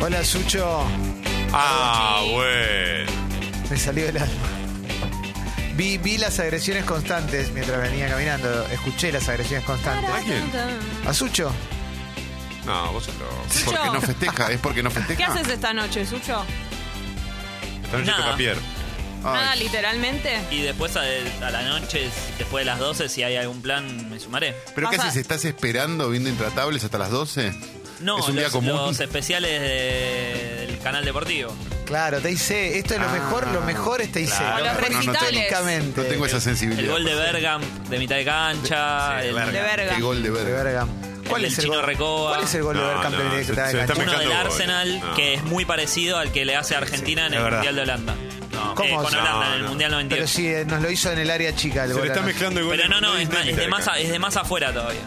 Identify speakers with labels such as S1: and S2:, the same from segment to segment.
S1: Hola, Sucho.
S2: Ah, bueno.
S1: Me salió el alma. Vi, vi las agresiones constantes mientras venía caminando. Escuché las agresiones constantes.
S2: ¿A quién?
S1: A Sucho.
S2: No, vos sos loco.
S3: Sucho.
S4: Porque no festeja, es porque no festeja.
S3: ¿Qué haces esta noche, Sucho?
S2: Esta noche
S5: Nada.
S2: toca Pierre.
S4: Ay,
S3: Nada, literalmente.
S5: Y después a, a la noche, después de las 12, si hay algún plan, me sumaré.
S4: ¿Pero qué
S3: Pasa-
S4: haces? ¿Estás esperando viendo Intratables hasta las 12?
S5: No,
S4: Es un día
S5: los,
S4: común.
S5: los especiales de- del canal deportivo.
S1: Claro, te hice. Esto es lo
S4: Ah,
S1: mejor, lo mejor es te hice.
S4: claro.
S3: O los
S4: No, no, no,
S3: recitales.
S1: Técnicamente.
S4: No tengo esa sensibilidad.
S5: El gol de Bergam de mitad de cancha.
S2: Sí,
S5: el-
S2: Bergam.
S3: de verga.
S4: El gol de
S1: De
S4: verga.
S1: Bergam. ¿Cuál
S5: El
S1: es el
S5: Chino
S1: gol?
S5: Recoba.
S1: ¿Cuál es el gol de
S2: No,
S1: Bergam
S2: no,
S1: de
S2: se-
S1: directa de
S2: se
S1: la
S2: está
S1: cancha?
S2: mezclando
S5: uno del
S2: goles.
S5: Arsenal
S2: No.
S5: que es muy parecido al que le hace Argentina en
S6: es
S5: el
S6: verdad.
S5: Mundial de Holanda. No,
S1: ¿Cómo
S5: eh, con
S1: es?
S5: Holanda
S2: No,
S5: en el
S2: no.
S5: Mundial 98.
S1: Pero sí, eh, nos lo hizo en el área chica el
S2: Se
S1: gol
S2: le
S1: a
S2: está
S1: nos-
S2: mezclando el gol.
S5: Pero no, no, es, ma- es de, más,
S2: masa
S5: a- es de más afuera todavía.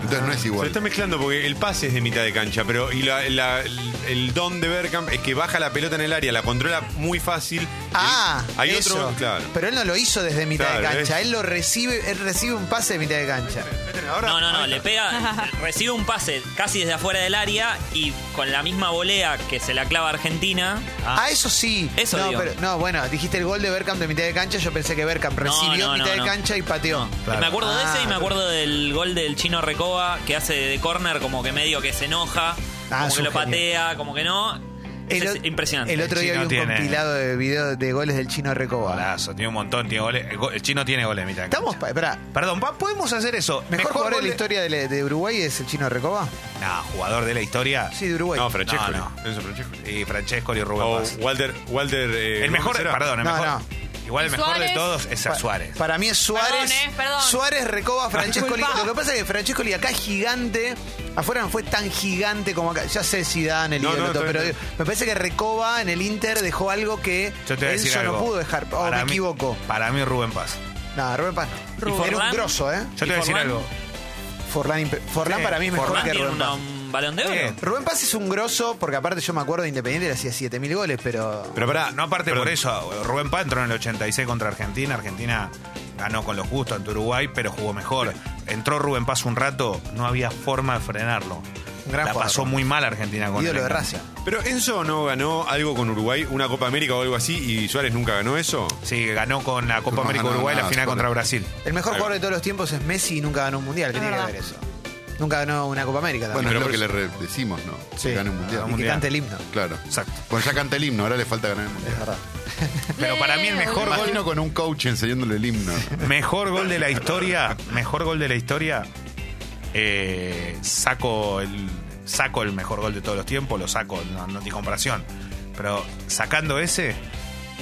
S4: Entonces no es
S2: Se le
S4: igual.
S2: está mezclando porque el pase es de mitad de cancha, pero y la- la- el don de Bergkamp es que baja la pelota en el área, la controla muy fácil.
S1: Ah,
S2: Y hay
S1: eso.
S2: otro, claro.
S1: Pero él no lo hizo desde mitad de
S2: Claro,
S1: cancha.
S2: es-
S1: Él lo recibe, él recibe un pase de mitad de cancha.
S2: Ahora-
S5: No, no, no,
S2: ahí
S5: le
S2: está.
S5: pega, recibe un pase casi desde afuera del área y con la misma volea que se la clava Argentina.
S1: Ah, eso sí.
S5: Eso
S1: no,
S5: digo.
S1: no, bueno, dijiste el gol de Bergkamp de mitad de cancha. Yo pensé que Bergkamp recibió
S5: no,
S1: en mitad
S5: no,
S1: de
S5: no.
S1: cancha y pateó.
S5: Me acuerdo de ese y me
S1: Ah.
S5: acuerdo del gol del chino Recoba que hace de córner como que medio que se enoja,
S1: Ah, es
S5: como que
S1: un
S5: lo
S1: genio.
S5: patea, como que no.
S1: El
S5: Ese es
S1: o-
S5: impresionante.
S1: El otro día
S6: El
S1: vi un
S6: chino tiene-
S1: compilado de videos de goles del chino Recoba.
S6: Golazo, tiene un montón, tiene goles. El, go- el chino tiene goles, mitad. de cancha.
S1: Estamos. pa- pará,
S6: Perdón, pa- podemos hacer eso.
S1: ¿Mejor, jugador de
S6: gol
S1: la historia de, la- de Uruguay es el chino Recoba?
S6: No, jugador de la historia.
S1: Sí, de Uruguay.
S2: No, Francesco.
S6: No, no.
S2: Enzo Francesco. Oh,
S6: Y Francesco y Rubén
S2: O
S6: Paz.
S2: Walter. Walter eh,
S6: El mejor,
S2: ¿cómo será?
S6: perdón, el
S1: No,
S6: mejor.
S1: no.
S6: Igual el mejor de
S3: Suárez.
S6: todos es a
S1: Pa-
S6: Suárez.
S1: Para mí es Suárez.
S3: Perdón, eh, perdón.
S1: Suárez, Recoba, Francescoli.
S3: Disculpa.
S1: Lo que pasa es que Francescoli acá es gigante. Afuera no fue tan gigante como acá. Ya sé Zidane, el
S2: No, no,
S1: ídolo,
S2: está bien,
S1: pero
S2: está bien.
S1: me parece que Recoba en el Inter dejó algo que
S6: Yo te voy a decir
S1: Enzo
S6: algo.
S1: no pudo dejar. O
S6: Para
S1: me
S6: mí-
S1: equivoco.
S6: Para mí Rubén Paz.
S1: No, Rubén Paz. no.
S5: Rubén.
S1: Era un
S5: Forlán.
S1: grosso, ¿eh?
S6: Yo te
S5: ¿Y
S6: voy a decir
S5: Forlán?
S6: algo.
S1: Forlán, imp- Forlán
S6: Sí,
S1: para mí es mejor
S6: Forlán
S1: que
S5: Fernández tiene
S1: Rubén
S5: una-
S1: Paz.
S5: un balón de oro.
S6: Sí.
S1: Rubén Paz es un grosso, porque aparte yo me acuerdo de Independiente le hacía 7000 goles, pero.
S2: Pero pará,
S6: No, aparte
S2: perdón.
S6: por eso, Rubén Paz entró en el 86 contra Argentina. Argentina ganó con lo justo ante Uruguay, pero jugó mejor. Entró Rubén Paz un rato, no había forma de frenarlo.
S1: Un gran
S6: La
S1: jugador.
S6: pasó muy mal Argentina con
S1: ídolo
S6: él.
S1: de Racing.
S2: Pero Enzo no ganó algo con Uruguay, una Copa América o algo así, y Suárez nunca ganó eso.
S6: Sí, ganó con la Copa
S4: No
S6: América
S4: ganó
S6: Uruguay la
S4: nada,
S6: final
S4: Suárez.
S6: contra Brasil.
S1: El mejor
S2: Ahí va.
S1: jugador de todos los tiempos es Messi y nunca ganó un mundial. ¿Qué
S3: Es
S1: tiene que
S3: verdad.
S1: ver eso? Nunca ganó una Copa América también.
S4: Bueno, es
S2: Pero
S4: lo
S2: por
S4: que le
S2: eso-
S4: re- decimos, ¿no?
S1: Sí.
S4: Que gane un mundial.
S1: y
S6: Ah,
S1: que
S6: mundial.
S1: cante el himno.
S4: Claro.
S6: Exacto.
S4: Bueno, ya canta el himno, ahora le falta ganar el mundial.
S1: Es verdad.
S6: Pero para mí el mejor
S4: Me
S6: gol,
S4: imagino con un coach enseñándole el himno.
S6: mejor gol de la historia, mejor gol de la historia, eh, saco el saco el mejor gol de todos los tiempos, lo saco, no, no tiene comparación. Pero sacando ese,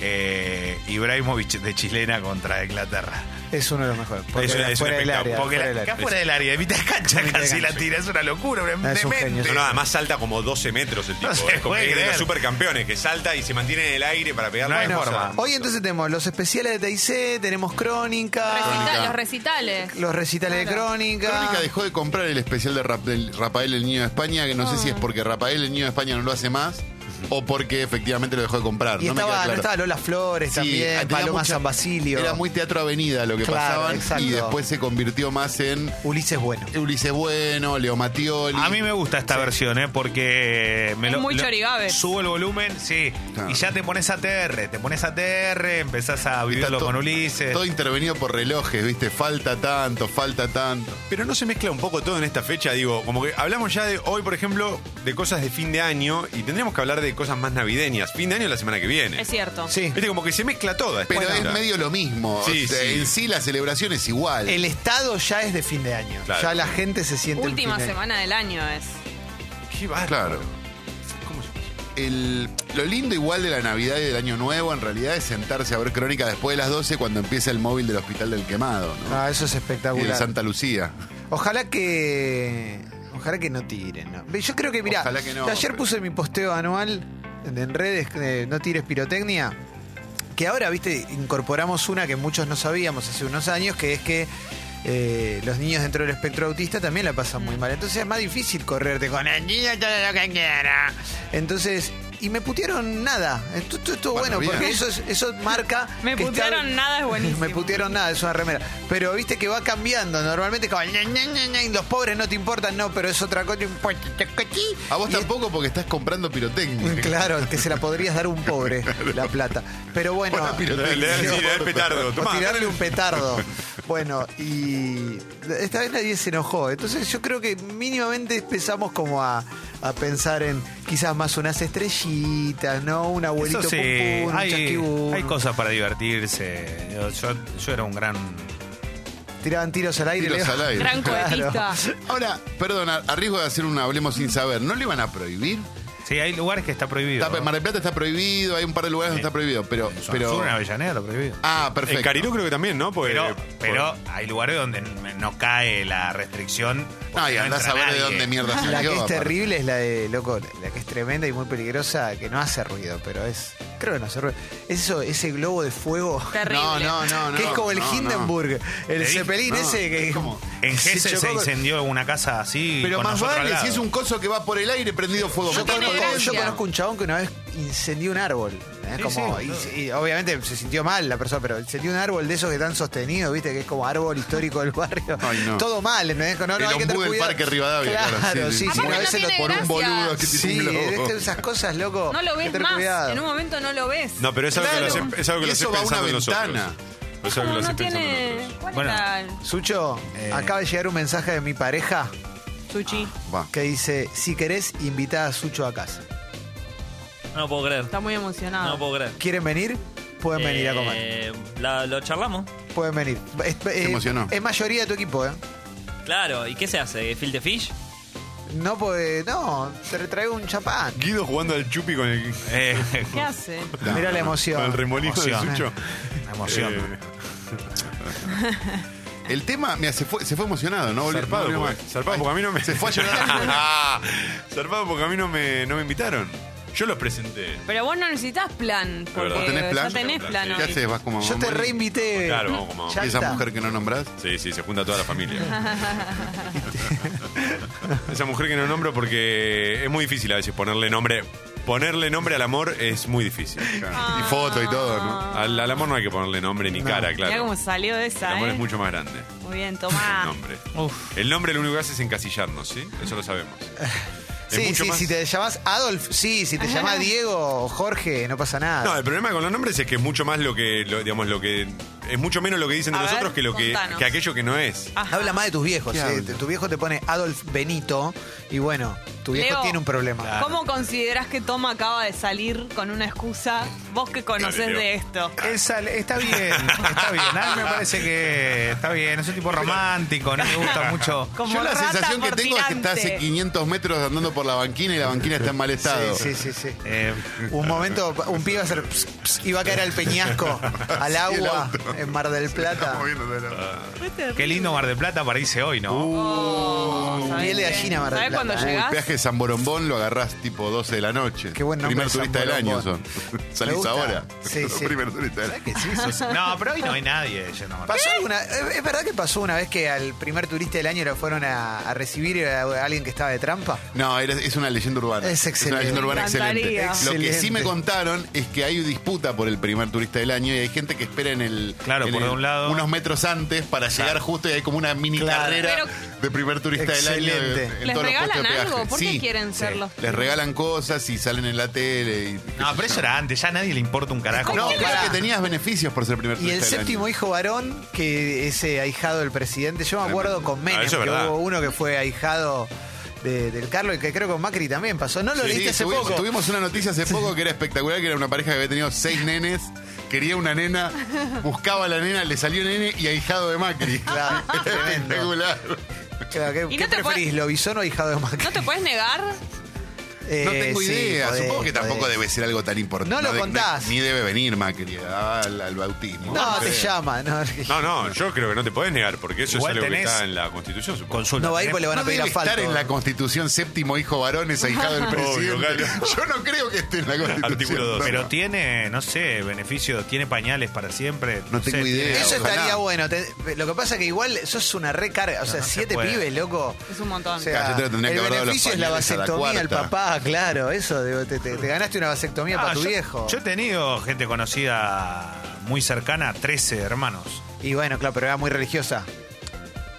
S6: eh, Ibrahimovic de chilena contra Inglaterra.
S1: Es uno de los mejores. Porque
S2: Es un-
S1: era
S2: es un
S1: fuera del
S2: espectáculo,
S1: área.
S6: Porque
S1: fuera
S6: la-
S1: del
S6: acá
S1: área.
S6: fuera del área, de mitad de cancha
S1: De mitad de
S6: casi la
S1: cancha.
S6: tira, es una locura, una
S1: Ah, es un
S6: demente.
S1: genio, es
S2: No, no, además salta como 12 metros el tipo.
S6: No se
S2: es como
S6: puede
S2: es de los
S6: creer.
S2: supercampeones que salta y se mantiene en el aire para pegar
S6: No
S2: la
S6: hay
S2: cosa.
S6: forma.
S1: Hoy entonces tenemos los especiales de TIC, tenemos
S3: Recita-
S1: Crónica,
S4: Crónica.
S3: los recitales.
S1: los recitales de
S3: Claro.
S1: Crónica.
S4: Crónica dejó de comprar el especial de Rap- del Rafael el Niño de España, que no sé si
S3: Ah.
S4: es porque Rafael el Niño de España no lo hace más o porque efectivamente lo dejó de comprar.
S1: y
S4: no me
S1: estaba,
S4: queda claro.
S1: no estaba Lola Flores
S4: Sí, ah,
S1: también,
S4: tenía
S1: Paloma
S4: mucha-
S1: San Basilio,
S4: Era muy teatro avenida lo que
S1: Claro,
S4: pasaban
S1: exacto.
S4: y después se convirtió más en
S1: Ulises Bueno.
S4: Ulises Bueno, Leo Matioli.
S6: A mí me gusta esta versión, ¿eh? Porque me
S3: Es muy chorigabe.
S6: Subo el volumen, sí.
S4: Claro.
S6: Y ya te pones a TR, te pones a TR, empezás a
S4: Está
S6: vivirlo
S4: to-
S6: con Ulises.
S4: Todo intervenido por relojes, ¿viste? Falta tanto, falta tanto.
S2: Pero no se mezcla un poco todo en esta fecha, digo, como que hablamos ya de hoy, por ejemplo, de cosas de fin de año y tendríamos que hablar de cosas más navideñas. Fin de año la semana que viene.
S3: Es cierto.
S1: Sí.
S2: Viste, como que se mezcla toda.
S4: Pero
S2: Bueno.
S4: es medio lo mismo.
S2: Sí,
S4: O sea,
S2: sí.
S4: En sí la celebración es igual.
S1: El estado ya es de fin de año.
S2: Claro.
S1: Ya la gente se siente. en
S3: Última
S1: fin de año.
S3: semana del año es.
S2: Qué bárbaro.
S4: Claro. El- lo lindo igual de la Navidad y del Año Nuevo en realidad es sentarse a ver crónica después de las 12 cuando empieza el móvil del Hospital del Quemado, ¿no?
S1: Ah, eso es
S4: y
S1: espectacular.
S4: de Santa Lucía.
S1: Ojalá que. Ojalá que no tiren. ¿no? Yo creo que, mirá,
S4: Ojalá que no,
S1: ayer
S4: pero-
S1: puse mi posteo anual en en redes, eh, no tires pirotecnia. Que ahora, viste, incorporamos una que muchos no sabíamos hace unos años, que es que eh, los niños dentro del espectro autista también la pasan muy mal. Entonces es más difícil correrte con el niño todo lo que quiera. Entonces, y me putearon nada. Esto esto estuvo
S4: Bueno,
S1: bueno,
S4: bien.
S1: porque eso, es- eso marca.
S3: Me
S1: que está-
S3: putearon nada, es buenísimo.
S1: Me putearon nada, es una remera. Pero viste que va cambiando. Normalmente, como. "Ña, ña, ña, ña", y los pobres no te importan, no, pero es otra cosa.
S4: A vos
S1: Y-
S4: tampoco porque estás comprando pirotecnia.
S1: Claro, que se la podrías dar a un pobre, la plata. Pero bueno.
S4: Buena pirotecnia.
S2: Le, le- le- le- el petardo.
S1: O
S2: Tomá.
S1: tirarle un petardo. Bueno, y esta vez nadie se enojó. Entonces yo creo que mínimamente empezamos como a, a pensar en quizás más unas estrellitas, ¿no? Un abuelito
S6: Eso sí,
S1: pum, pum, un
S6: hay,
S1: chasquibú.
S6: hay cosas para divertirse. Yo, yo- yo era un gran.
S1: Tiraban tiros al aire.
S4: Tiros
S1: Leo.
S4: al aire.
S3: Gran cohetista.
S4: Ahora, perdona, a riesgo de hacer un hablemos sin saber, ¿no le iban a prohibir?
S6: Sí, hay lugares que está prohibido.
S4: Está- Mar del Plata está prohibido, hay un par de lugares donde está prohibido, pero.
S6: En Zona
S4: pero
S6: Sur, en Avellaneda está prohibido.
S4: ah, perfecto.
S2: En Carilú creo que también, ¿no? Porque-
S6: Pero,
S2: por-
S6: pero hay lugares donde no cae la restricción.
S4: No, y
S6: porque
S4: andás
S6: entra
S4: a ver de
S6: nadie.
S4: dónde mierda salió.
S1: Ah, La que es
S4: aparte.
S1: terrible es la de, loco, la que es tremenda y muy peligrosa, que no hace ruido, pero es, creo que no hace ruido. Eso, ese globo de fuego.
S3: Terrible.
S4: No, no, no, no.
S1: que es como el
S4: no, no.
S1: Hindenburg, el
S6: Te dije,
S1: Zeppelin
S4: no,
S1: ese que
S4: es como-
S6: En
S1: se
S6: Gessel se,
S1: chocó con-
S6: incendió una casa así.
S4: Pero
S6: con
S4: más
S6: nosotros al
S4: vale, si
S6: lado.
S4: es un coso que va por el aire prendido fuego.
S1: Yo
S4: porque
S3: tiene
S1: conozco,
S3: gracia.
S1: yo conozco un chabón que una vez incendió un árbol. ¿eh?
S6: Sí,
S1: como,
S6: sí,
S1: y-
S6: claro.
S1: y obviamente se sintió mal la persona, pero incendió un árbol de esos que están sostenidos, viste, que es como árbol histórico del barrio.
S4: Ay, no.
S1: Todo mal, ¿entendés? No, no,
S4: El
S1: hay que tener
S4: ombú del
S1: cuidado.
S4: Parque Rivadavia, claro,
S1: Claro,
S4: sí,
S1: sí, sí,
S4: sí, sí.
S1: a
S4: Aparte
S1: veces
S3: no
S1: lo
S3: tiene
S4: por un
S3: gracia.
S4: boludo que
S1: Sí,
S4: tiene un globo.
S1: viste, esas cosas, loco.
S3: No lo
S1: hay que
S3: ves
S1: tener
S3: más.
S1: cuidado.
S3: En un momento no lo ves.
S2: No, pero es algo que lo
S3: Claro.
S2: sé, es algo que
S4: Y
S2: lo
S4: eso
S2: sé
S4: va a una
S2: pensando en
S4: ventana.
S2: nosotros. Es algo que
S3: Como
S2: lo sé
S3: no
S2: pensando en
S3: tiene.
S2: nosotros.
S3: ¿Cuál
S6: Bueno.
S3: era el
S1: Sucho,
S6: Eh.
S1: acaba de llegar un mensaje de mi pareja
S3: Sushi?
S4: Va.
S1: que dice, si querés, invita a Sucho a casa.
S5: No puedo creer.
S3: Está muy emocionado.
S5: No puedo creer.
S1: ¿Quieren venir? Pueden venir Ah. a comer.
S5: Eh, la- lo charlamos.
S1: Pueden venir. Es, eh,
S4: emocionó.
S1: es mayoría de tu equipo, ¿eh?
S5: Claro, ¿y qué se hace? ¿Field de fish?
S1: No, pues, no, te traigo un chapán.
S2: Guido jugando al chupi con el,
S6: Eh,
S3: ¿Qué hace?
S1: Mira la
S2: con el
S1: emoción.
S2: remolino de
S6: Emoción.
S2: Sucho.
S6: una emoción.
S2: Eh,
S4: El tema, mira, se fue, se fue emocionado, ¿no? Volvió-
S2: Zarpado,
S4: volvió
S2: porque,
S4: más.
S2: zarpado porque a mí no me.
S4: Se fue a llorar.
S2: zarpado porque a mí no me, no me invitaron. Yo los presenté.
S3: Pero vos no necesitas plan. Porque
S2: verdad.
S4: ¿Tenés plan?
S3: Eh, ya tenés plan.
S4: ¿Qué
S3: hoy.
S4: haces? Vas como.
S1: Yo te
S4: mamá,
S1: reinvité.
S2: Claro, vamos, vamos.
S1: Eh. Ya
S4: y Esa
S1: está.
S4: mujer que no nombrás.
S2: Sí, sí, se junta toda la familia. Esa mujer que no nombro porque es muy difícil a veces ponerle nombre. Ponerle nombre al amor es muy difícil.
S4: Y foto y todo, ¿no?
S2: Al, al amor no hay que ponerle nombre ni
S1: Ah. No.
S2: cara,
S3: Mirá
S2: claro.
S3: cómo salió de
S2: El
S3: esa,
S2: amor
S3: ¿eh?
S2: es mucho más grande.
S3: Muy bien,
S2: El
S1: Ah.
S3: tomá.
S2: nombre.
S5: Uf.
S2: El nombre lo único que hace es encasillarnos, ¿sí? Eso lo sabemos. Es
S1: Eh. Sí,
S2: mucho
S1: sí,
S2: más-
S1: si te llamás Adolf, sí, si te
S3: Ah,
S1: llamás Diego o Jorge, no pasa nada.
S2: No, el problema con los nombres es que es mucho más lo que, lo- digamos, lo que es mucho menos lo que dicen de
S3: A ver,
S2: nosotros que lo que,
S3: contanos.
S2: que aquello que no es.
S3: Ajá.
S1: Habla más de tus viejos.
S4: ¿Qué
S1: eh.
S4: habla?
S1: Tu viejo te pone Adolf Benito y bueno, tu viejo
S3: Leo,
S1: tiene un problema.
S3: ¿Cómo considerás que Tom acaba de salir con una excusa? Vos que conocés
S2: Leo.
S3: de esto.
S6: Él sale- está bien, está bien. A mí me parece que está bien. Es un tipo romántico, no me gusta mucho.
S3: Como
S4: Yo la
S3: rata
S4: sensación que tengo es que está hace
S3: portinante.
S4: 500 metros andando por la banquina y la banquina está en mal estado.
S1: Sí, sí, sí, sí.
S6: Eh,
S1: Un momento, un pibe va a hacer ps, ps, y va a caer al peñasco, al
S4: Sí, el
S1: agua,
S4: auto.
S1: en Mar del Plata.
S6: qué lindo Mar del Plata para irse hoy,
S4: Uh,
S6: ¿no?
S3: Ah. Oh, ¿sabés
S1: Piel de
S3: qué?
S1: gallina, Mar del
S3: ¿Sabés
S1: Plata.
S3: cuando
S1: Uy,
S4: El
S3: llegás?
S4: peaje de San Borombón lo agarrás tipo 12 de la noche.
S1: Qué buen nombre
S4: Primer
S1: de San
S4: turista del año son.
S1: Borombón. Me
S4: Salís
S1: gusta.
S4: ahora.
S1: Sí, sí.
S4: Primer turista del
S1: ¿Sabés
S4: año.
S1: que sí? Sos-
S6: No, pero hoy no hay nadie yendo a Mar del
S1: Pasó alguna- eh, ¿Es es verdad que pasó una vez que al primer turista del año lo fueron a, a recibir a, a alguien que estaba de trampa?
S4: No, era- es una leyenda urbana.
S1: Es excelente.
S4: Es una leyenda urbana
S3: Me encantaría.
S4: excelente. Lo que sí
S1: Excelente.
S4: me contaron es que hay disputa por el primer turista del año y hay gente que espera en el.
S6: Claro,
S4: en
S6: por
S4: el-
S6: un lado.
S4: Unos metros antes para llegar justo y hay como una mini
S1: Claro.
S4: carrera
S3: Pero-
S4: de primer turista del año.
S1: Excelente.
S4: en- en
S3: ¿Les
S4: todos los puestos de
S3: regalan
S4: peaje.
S3: algo? ¿Por qué
S4: Sí.
S3: quieren ser los
S4: Les regalan cosas y salen en la tele. y-
S6: Plata. No, pero eso era antes, ya a nadie le importa un carajo.
S4: No,
S1: ¿Cómo
S4: creo
S1: pará.
S4: que tenías beneficios por ser primer
S1: Y
S4: turista
S1: el
S4: del
S1: séptimo
S4: año.
S1: hijo varón, que ese ahijado del presidente, yo me acuerdo con Menem,
S2: Ah, eso es
S1: que
S2: verdad.
S1: hubo uno que fue ahijado de- del Carlos y que creo que con Macri también pasó. No lo
S4: Sí,
S1: leíste hace
S4: tuvi-
S1: poco.
S4: Tuvimos una noticia hace poco que era espectacular, que era una pareja que había tenido seis nenes, quería una nena, buscaba a la nena, le salió nene y ahijado de Macri.
S1: Claro, tremendo.
S4: espectacular.
S1: Claro, ¿Qué,
S3: Y
S1: qué
S3: no te
S1: preferís,
S3: puede-
S1: lobizón o ahijado de Macri?
S3: ¿No te puedes negar?
S1: Eh,
S4: No tengo
S1: sí,
S4: idea,
S1: podés,
S4: supongo que tampoco
S1: podés.
S4: debe ser algo tan importante.
S1: No lo
S4: de-
S1: contás.
S4: Ni debe venir Macri al, al bautismo.
S1: No, te
S4: creo.
S1: llama. No,
S2: No, no, yo creo que no te podés negar, porque eso
S6: Igual
S2: es algo que
S6: tenés-
S2: está en la Constitución, supongo.
S6: Consulta.
S1: No va a ir porque le van
S4: No
S1: a pedir
S4: debe
S1: a
S4: estar en la Constitución séptimo hijo varón es ahijado del presidente.
S2: claro.
S4: Yo no creo que esté en la Constitución.
S2: Artículo dos.
S6: Pero tiene, no sé, beneficios, tiene pañales para siempre.
S4: No tengo
S6: sé,
S4: idea.
S1: Eso
S4: Ojalá.
S1: estaría bueno. Te- lo que pasa que igual sos una recarga. O sea,
S6: no se
S1: siete
S6: puede.
S1: pibes, loco.
S3: Es un montón.
S1: O sea,
S4: Yo te lo tendría que
S1: el
S4: haber dado los
S1: beneficio es la
S4: pañales a la
S1: vasectomía, el
S4: cuarta.
S1: papá, Ah, claro, eso. digo, te, te- te ganaste una vasectomía
S6: Ah,
S1: para tu
S6: yo-
S1: viejo.
S6: Yo he tenido gente conocida muy cercana, 13 hermanos.
S1: Y bueno, claro, pero era muy religiosa.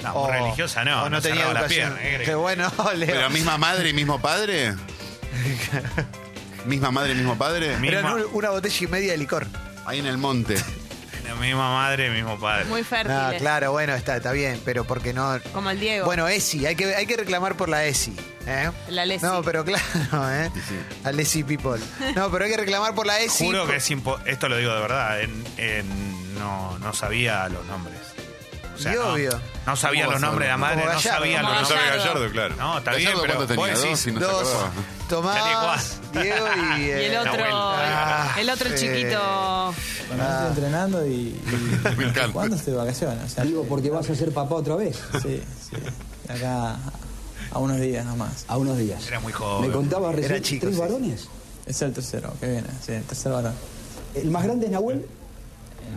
S6: No,
S1: O-
S6: muy religiosa no.
S1: o Oh. no tenía
S6: cerraba la
S1: educación.
S6: pierna, ¿eh?
S1: Qué bueno, Leo.
S4: ¿Pero misma madre y mismo padre? ¿Misma madre y mismo padre?
S6: Mi-
S1: Eran
S6: misma-
S1: un- una botella y media de licor.
S4: Ahí en el monte.
S6: La misma madre, mismo padre.
S3: Muy fértiles.
S1: Ah, claro, bueno, está, está bien, pero porque no.
S3: Como el Diego.
S1: Bueno, ESI, hay que, hay que reclamar por la ESI. ¿eh?
S3: La Lesi.
S1: No, pero claro, ¿eh? La Lesi People. No, pero hay que reclamar por la ESI.
S6: Juro que es impo- esto lo digo de verdad, en- en- no, no sabía los nombres. O sea,
S1: Y
S6: no,
S1: obvio.
S6: no sabía
S4: ¿Cómo
S6: los
S4: vas a
S6: nombres de la
S4: hablar?
S6: madre,
S1: Como
S6: no
S1: Gallardo.
S6: sabía
S3: Como
S6: los
S2: No sabe
S6: nombres.
S2: Gallardo, claro.
S6: No, está bien,
S4: Gallardo,
S6: pero
S4: ¿cuánto tenía?
S6: vos
S4: ¿Dos?
S6: decís,
S4: Y no se
S1: Dos,
S4: acordaba.
S1: Tomás, Diego y.
S3: Y el
S1: eh,
S3: otro,
S6: Nahuel.
S1: Ah,
S3: el otro
S1: sí.
S3: chiquito.
S7: Cuando yo estoy entrenando y, y-
S4: Ah. Me encanta.
S7: ¿cuándo estoy de vacaciones? O sea,
S8: Digo, porque vas a ser papá otra vez.
S7: sí, sí. De Acá a unos días nomás.
S8: A unos días.
S6: Era muy joven.
S8: Me contabas recién
S1: Era chico,
S8: tres
S1: sí.
S8: varones.
S7: Es el tercero que viene, sí, el tercer varón.
S8: El más grande es Nahuel.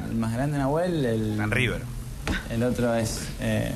S7: El más grande Nahuel, el,
S6: Tan River.
S7: el otro es eh,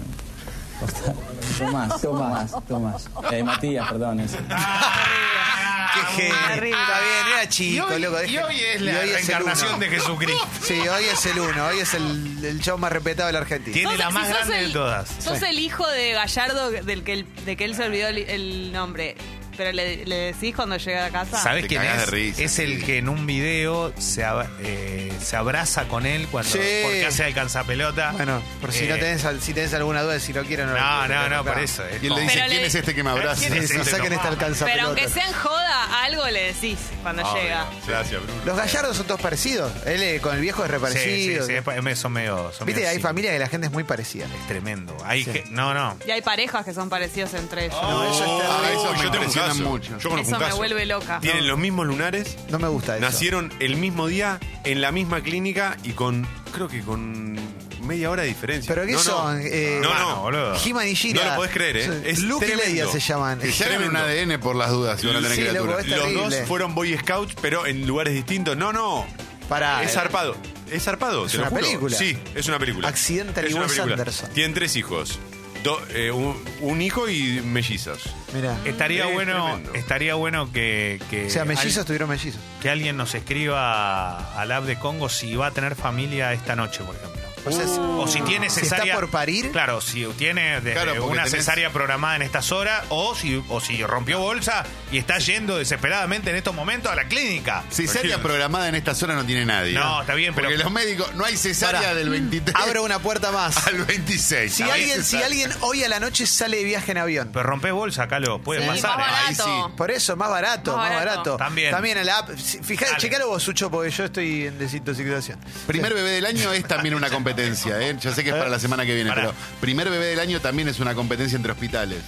S7: Costa- Tomás, Tomás, Tomás. Eh, Matías, perdón. ese.
S6: Ah,
S1: Qué genio. Está bien, era chico, loco.
S6: y
S1: deje-
S6: hoy es la
S1: y hoy el
S6: reencarnación
S1: uno.
S6: de Jesucristo.
S1: Sí, hoy es el uno, hoy es el, el show más respetado de la Argentina.
S6: Tiene
S3: Sos-
S6: la
S3: si
S6: más
S3: sos
S6: grande
S3: el-
S6: de todas.
S3: Sos el hijo de Gallardo del que, el- de que él se olvidó el, el nombre. Pero le, le decís cuando llega a casa.
S6: ¿Sabés
S4: Te
S6: quién
S4: cagás
S6: es?
S4: de risa,
S6: es el
S4: sí.
S6: que en un video se, ab- eh, se abraza con él cuando
S1: Sí.
S6: porque hace alcanza pelota.
S1: Bueno, por si, no tenés, al- si tenés alguna duda, si lo quiero no lo
S6: Eh. No,
S1: quiero,
S6: no, no,
S1: claro.
S6: por eso. eh. es
S4: Y él le
S6: como-
S4: dice,
S3: Pero le-
S4: ¿quién es este que me
S6: ¿Pero
S4: abraza?
S6: quién
S1: Sí,
S6: es
S1: sí,
S6: este
S1: saquen
S6: nomás?
S1: esta alcanza
S3: Pero
S1: pelota.
S3: aunque sea en joda, algo le decís cuando
S6: Obvio.
S3: llega.
S2: Gracias, Bruno.
S1: Los gallardos son todos parecidos. Él eh, con el viejo es
S6: Sí, sí,
S1: reparecido.
S6: sí, es pa- es- son medio. son
S1: Viste,
S6: medio
S1: hay
S6: así.
S1: familias que la gente es muy parecida.
S6: Es tremendo. Hay
S1: Sí.
S6: que- no, no.
S3: Y hay parejas que son parecidos entre ellos.
S1: No, eso es terrible.
S4: Ah, eso
S2: yo
S4: me
S2: tengo un
S4: impresiona
S2: caso.
S4: mucho.
S2: Yo conozco
S3: Eso
S2: un
S3: me
S2: caso.
S3: vuelve loca.
S2: Tienen
S3: No.
S2: los mismos lunares,
S1: No me gusta eso.
S2: nacieron el mismo día, en la misma clínica y con, creo que con media hora de diferencia.
S1: ¿Pero qué
S2: No, no.
S1: son? Eh,
S2: no,
S6: Hermano,
S2: no,
S6: boludo.
S1: He-Man y She-Ra.
S2: No lo podés creer, ¿eh?
S1: Son-
S2: Es
S1: Luke y Leia
S2: tremendo.
S1: se llaman.
S4: Te llaman un ADN por las dudas si van a tener
S1: este? Sí, loco,
S4: criaturas.
S1: es terrible.
S2: Los dos fueron Boy Scouts, pero en lugares distintos. No, no.
S1: Pará,
S2: es
S1: eh.
S2: zarpado. Es zarpado,
S1: Es
S2: te lo
S1: una
S2: juro.
S1: película.
S2: Sí, es una película.
S1: Accidental y
S2: es una
S1: Wes
S2: película.
S1: Anderson.
S2: Tienen tres hijos. Do- eh, un, un hijo y mellizas.
S1: Mirá.
S6: Estaría
S2: Es
S6: bueno,
S2: tremendo.
S6: estaría bueno que, que,
S1: O sea, mellizos
S6: Eh, al-
S1: tuvieron mellizos.
S6: que alguien nos escriba al app de Congo si va a tener familia esta noche, por ejemplo.
S1: O sea, es-
S6: Uh, O si tiene
S1: Ah. Si
S6: cesárea.
S1: está por parir.
S6: Claro, si tiene de-
S4: Claro,
S6: de
S4: porque
S6: una
S4: tenés-
S6: cesárea programada en estas horas o si, o si rompió bolsa y está yendo desesperadamente en estos momentos a la clínica.
S4: Cesárea
S2: Imagínate.
S4: programada en esta zona no tiene nadie.
S6: No, está bien, pero-
S4: Porque los médicos, no hay cesárea
S1: Pará. Mm,
S4: del 23
S1: Abro una puerta más.
S4: al 26.
S1: Si
S4: ¿sabés?
S1: alguien, si
S4: Cesárea.
S1: alguien hoy a la noche sale de viaje en avión.
S6: Pero rompes bolsa, Calo, puede
S3: Sí,
S6: pasar.
S3: más
S6: ¿eh?
S4: ahí
S3: barato.
S4: sí.
S1: Por eso, más barato, más,
S3: Más
S1: barato.
S3: barato.
S6: También.
S1: También a la app. Si- Fijá,
S6: Dale.
S1: checalo vos, Sucho, porque yo estoy en desintoxicación.
S4: Primer bebé del año es también una competencia, ¿eh? Ya sé que es para la semana que viene,
S6: Pará.
S4: pero primer bebé del año también es una competencia entre hospitales.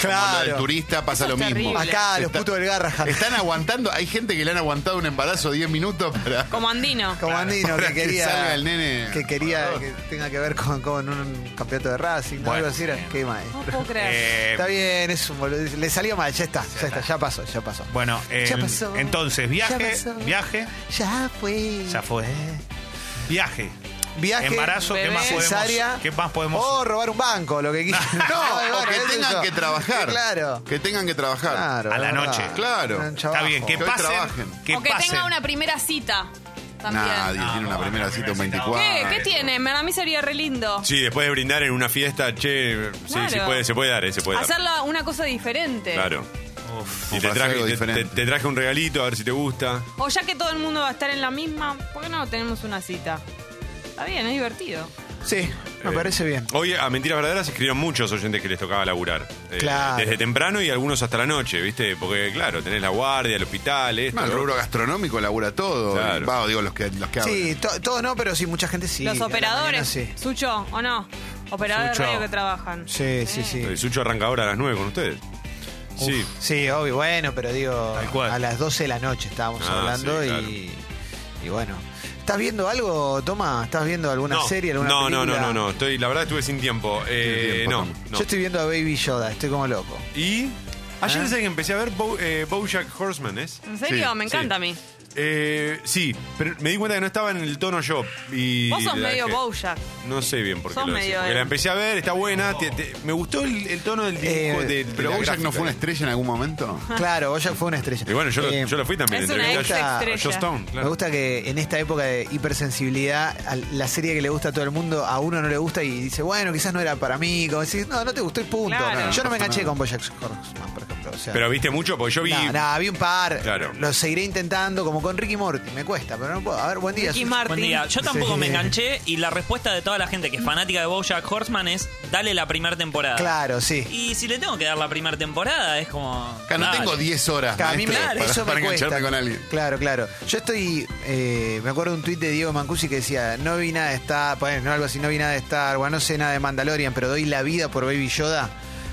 S4: Como lo del turista pasa
S3: Eso
S4: lo
S3: es
S4: mismo.
S3: terrible.
S1: Acá,
S4: Se
S1: los
S4: está-
S1: putos del Garrahan.
S4: Están aguantando, hay gente que le han aguantado un embarazo 10 minutos para.
S3: Como Andino.
S1: Como Andino,
S4: Para
S1: que
S4: que
S1: quería.
S4: salga el nene.
S1: Que quería que tenga que ver con, con un campeonato de Racing, ¿no?
S6: Bueno.
S1: algo así. era. Qué maestro.
S3: No puedo creer.
S6: Eh,
S1: Está bien, es un boludo. Le salió mal, ya está, ya está, ya pasó, ya pasó.
S6: Bueno,
S1: Ya
S6: el-
S1: pasó.
S6: entonces,
S1: Ya
S6: viaje,
S1: pasó. Eh.
S6: viaje,
S1: Ya fue.
S6: ya fue. Viaje.
S1: Viaje.
S6: Embarazo, ¿qué
S3: bebé,
S6: más podemos?
S1: cesárea,
S6: ¿Qué más podemos?
S1: O robar un banco, lo que quieran.
S4: No, o que
S1: es
S4: tengan
S1: eso.
S4: que trabajar.
S1: Claro.
S4: Que tengan que trabajar.
S1: Claro,
S6: A la
S1: es verdad.
S6: noche.
S4: Claro.
S1: Un
S6: Está
S1: trabajo.
S6: bien, que
S4: Que hoy
S6: pasen.
S4: trabajen.
S6: Que
S3: o que
S6: pasen.
S3: tenga una primera cita. También.
S4: Nadie tiene una
S6: Ah, no,
S4: primera
S6: una
S4: cita un
S6: primera cita.
S4: 24.
S3: ¿Qué? ¿Qué tiene? A mí sería re lindo.
S2: Sí, después de brindar en una fiesta, che, sí,
S3: Claro.
S2: sí puede, se puede dar, eh, se puede dar.
S3: Hacerla una cosa diferente.
S2: Claro.
S6: Uf,
S2: Y
S4: O
S2: te
S4: hacer
S2: traje,
S4: algo
S2: te-
S4: diferente.
S2: te- te traje un regalito, a ver si te gusta.
S3: O ya que todo el mundo va a estar en la misma, ¿por qué no tenemos una cita? Está bien, es divertido.
S1: Sí, me
S2: Eh,
S1: parece bien.
S2: Hoy a Mentiras Verdaderas escribieron muchos oyentes que les tocaba laburar. Eh,
S1: Claro.
S2: Desde temprano y algunos hasta la noche, ¿viste? Porque, claro, tenés la guardia, el hospital, esto.
S4: No, el
S2: lo
S4: rubro gastronómico labura todo.
S2: Claro.
S4: Va, digo, los que, los que
S1: Sí, to- todo no, pero sí, mucha gente sí. A
S3: Los
S1: la
S3: operadores,
S1: mañana sí.
S3: Sucho, ¿o no? Operadores
S6: Sucho.
S3: de radio que trabajan.
S1: Sí, sí, sí.
S2: otro. Eh, Sucho arranca ahora a las 9 con ustedes. Sí.
S1: Sí, obvio, bueno, pero digo,
S6: Tal cual.
S1: a las 12 de la noche estábamos
S2: Ah,
S1: hablando
S2: sí,
S1: y, y bueno. ¿Estás viendo algo, Toma? ¿Estás viendo alguna
S2: no,
S1: serie, alguna
S2: no, no,
S1: película?
S2: no, no, no. Estoy, la verdad estuve sin tiempo. Eh,
S4: tiempo,
S2: no,
S4: Tom.
S2: no.
S1: Yo estoy viendo a Baby Yoda, estoy como loco.
S2: Y ayer
S1: ¿Ah?
S2: sé que empecé a ver Bo- eh, Bojack Horseman, ¿es?
S3: ¿En serio?
S4: Sí,
S3: Me encanta a mí.
S2: Eh, sí, pero me di cuenta que no estaba en el tono yo. Y
S3: Vos sos
S2: la
S3: medio
S2: dejé.
S3: Bojack.
S2: No sé bien por qué
S3: Sos
S2: lo decía.
S3: medio
S2: Porque
S3: él.
S2: la empecé a ver, está buena. te- te- me gustó el, el tono del dibujo.
S1: Eh,
S2: de, de
S4: ¿Pero
S2: la
S4: Bojack no
S2: gráfica.
S4: fue una estrella en algún momento?
S1: Claro, Bojack fue una estrella.
S2: Y bueno, yo, lo-
S1: Eh,
S2: yo lo fui también.
S3: es una
S2: entrevisté
S1: ex
S2: a- a
S3: estrella.
S2: Joss Stone, claro.
S1: Me gusta que en esta época de hipersensibilidad, a la serie que le gusta a todo el mundo, a uno no le gusta y dice, bueno, quizás no era para mí. Como decir, no, no te gustó y punto.
S3: Claro.
S1: Yo no me enganché con Bojack Horseman, por ejemplo. O sea,
S2: Pero viste mucho, porque yo vi.
S1: no, no, vi un par.
S2: Claro.
S1: Lo seguiré intentando, como con Ricky Morty. Me cuesta, pero no puedo. A ver, buen día.
S3: Ricky
S1: Susi.
S3: Martin.
S5: Buen día. Yo tampoco
S1: Sí.
S5: me enganché y la respuesta de toda la gente que es fanática de Bojack Horseman es dale la primera temporada.
S1: Claro, sí.
S5: Y si le tengo que dar la primera temporada es como...
S4: Acá no
S5: dale.
S4: tengo 10 horas
S1: Claro, a mí me,
S4: maestro, para,
S1: eso me
S4: para engancharme
S1: cuesta.
S4: con alguien.
S1: Claro, claro. Yo estoy. eh, me acuerdo de un tuit de Diego Mancusi que decía: No vi nada de Star. Bueno, no, algo así, no vi nada de Star. Wars, no sé nada de Mandalorian, pero doy la vida por Baby Yoda.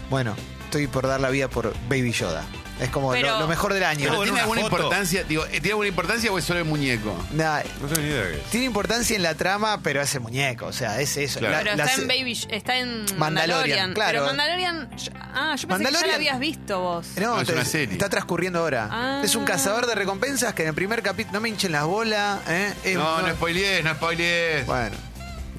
S1: Bueno, estoy por dar la vida por Baby Yoda. Es como lo-
S3: Pero-
S1: lo, mejor del año.
S4: Pero
S6: en
S4: ¿tiene
S6: una
S4: alguna
S6: foto.
S4: importancia? Digo, ¿eh, ¿tiene alguna importancia o es solo el muñeco?
S1: Nah,
S2: No sé ni idea de qué es.
S1: tiene importancia en la trama, pero hace muñeco. O sea, es eso.
S4: Claro.
S1: La-
S3: Pero
S1: la
S3: está
S1: se-
S3: en Baby. Está en Mandalorian.
S1: Mandalorian, claro.
S3: Pero Mandalorian. yo- Ah, yo pensé que
S1: Mandalorian-
S3: ya la habías visto vos.
S1: No,
S4: No, es
S1: te-
S4: una serie.
S1: este está transcurriendo ahora.
S3: Ah.
S1: Es un cazador de recompensas que en el primer capítulo. No me hinchen las bolas. ¿eh? Es
S4: No,
S1: uno-
S4: no spoilees, no spoilees.
S1: Bueno.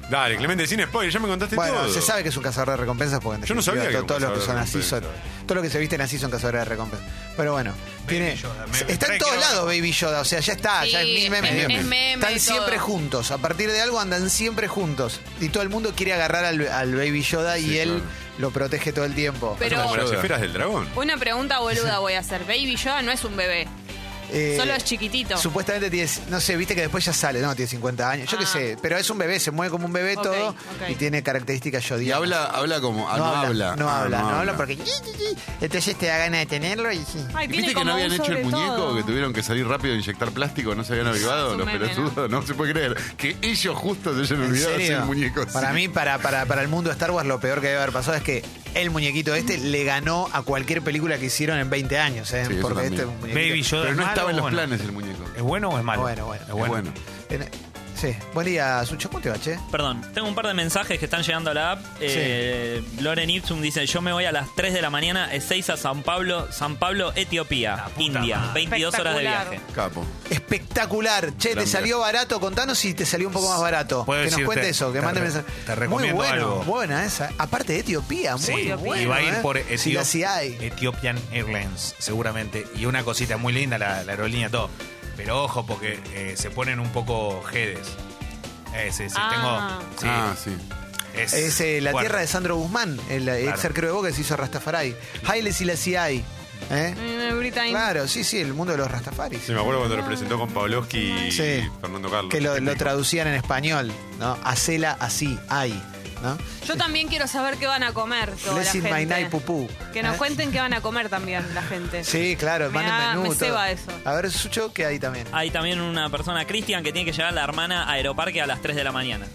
S2: Dale, Clemente, sin spoiler, ya me contaste
S1: Bueno,
S2: todo.
S1: se sabe que es un cazador de recompensas porque en
S2: Yo no sabía
S1: definitiva,
S2: que
S1: to-
S2: era
S1: todos
S2: un
S1: los que son
S2: cazador de
S1: así son, todos los que se visten así son cazadores de recompensas. Pero bueno, tiene,
S6: Yoda, me-
S1: está en
S6: me
S1: todos
S6: creo.
S1: lados Baby Yoda, o sea, ya está, ya es
S3: Sí,
S1: mil memes.
S3: es- es meme
S1: Están
S3: y todo.
S1: siempre juntos, a partir de algo andan siempre juntos y todo el mundo quiere agarrar al, al Baby Yoda y
S2: Sí,
S1: él
S2: claro.
S1: lo protege todo el tiempo.
S3: Pero-
S2: Como las esferas del dragón.
S3: Una pregunta boluda voy a hacer. Baby Yoda no es un bebé.
S1: Eh,
S3: Solo es chiquitito.
S1: Supuestamente tiene, no sé, viste que después ya sale, no, tiene 50 años, yo qué
S3: Ah.
S1: sé, pero es un bebé, se mueve como un bebé
S3: Ok,
S1: todo
S3: ok.
S1: y tiene características
S4: Y
S1: yodianas.
S4: habla, habla como. ah,
S1: no, habla, No
S4: Ah,
S1: habla, no, habla porque. yi, yi, yi. Entonces te da ganas de tenerlo y. sí.
S3: Ay, tiene
S4: ¿Viste que
S3: como
S4: no
S3: un
S4: habían hecho el
S3: sobre
S4: muñeco?
S3: todo.
S4: Que tuvieron que salir rápido e inyectar plástico, no se habían avivado,
S3: un
S4: los
S3: meme,
S4: pelotudos, no se puede creer. Que ellos justo se hayan
S1: ¿En
S4: olvidado de hacer
S1: serio?
S4: el muñeco. sí.
S1: Para mí, para, para, para el mundo de Star Wars, lo peor que debe haber pasado es que el muñequito este le ganó a cualquier película que hicieron en 20 años. ¿eh?
S4: Sí, eso
S1: Porque este
S4: también.
S1: es un muñequito.
S6: Baby Yoda
S4: Pero
S6: es
S4: no
S6: malo
S4: estaba en
S6: o
S4: los
S6: bueno?
S4: planes el muñeco.
S6: ¿Es bueno o es malo?
S1: Bueno, bueno.
S6: Es bueno.
S4: Bueno.
S1: En- Sí, buen día, Sucho. ¿Cómo te va, che?
S5: Perdón, tengo un par de mensajes que están llegando a la app. Eh, Loren Ipsum dice, yo me voy a las 3 de la mañana, es 6 a San Pablo, San Pablo, Etiopía, India, 22 horas de
S3: Espectacular.
S5: viaje.
S4: Capo.
S1: Espectacular. Che,
S4: Gran
S1: te salió barato. Contanos si te salió un poco más barato.
S6: Puedo
S1: Que nos
S6: decirte,
S1: cuente eso, que
S6: te
S1: mande
S6: re-
S1: mensaje.
S6: te
S1: Muy
S6: recomiendo
S1: bueno,
S6: algo.
S1: buena esa. Aparte de Etiopía, muy
S6: Sí,
S1: bueno.
S6: y va a ir
S1: ¿eh?
S6: por
S1: Si la
S6: Etiop-
S1: CI.
S6: Ethiopian Airlines, seguramente. Y una cosita muy linda, la, la aerolínea, todo. Pero ojo, porque eh, se ponen un poco jedes. Eh, sí, sí,
S3: Ah.
S6: tengo. sí,
S4: Ah, sí.
S6: es
S1: Es eh, la
S6: fuerte.
S1: tierra de Sandro Guzmán, el ex
S6: Claro.
S1: arquero de Boca que se hizo Rastafari. Hailes y la CI. ¿eh?
S3: Eh, ahorita hay-
S1: Claro, sí, sí, el mundo de los Rastafaris.
S2: Sí, me acuerdo cuando lo presentó con Pavlovsky y
S1: Sí.
S2: Fernando Carlos.
S1: Que lo, lo
S2: Técnico.
S1: traducían en español, ¿no? Hacela así, hay, ¿no?
S3: Yo también quiero saber qué van a comer toda la
S1: Blessing
S3: gente.
S1: my night, pupú.
S3: Que nos
S1: ¿Eh?
S3: cuenten qué van a comer también la gente.
S1: Sí, claro,
S3: Me
S1: manden
S3: da-
S1: menú.
S3: me
S1: todo.
S3: ceba eso.
S1: A ver, Sucho, que hay también.
S5: Hay también una persona, Cristian, que tiene que llevar a la hermana a Aeroparque a las 3 de la mañana.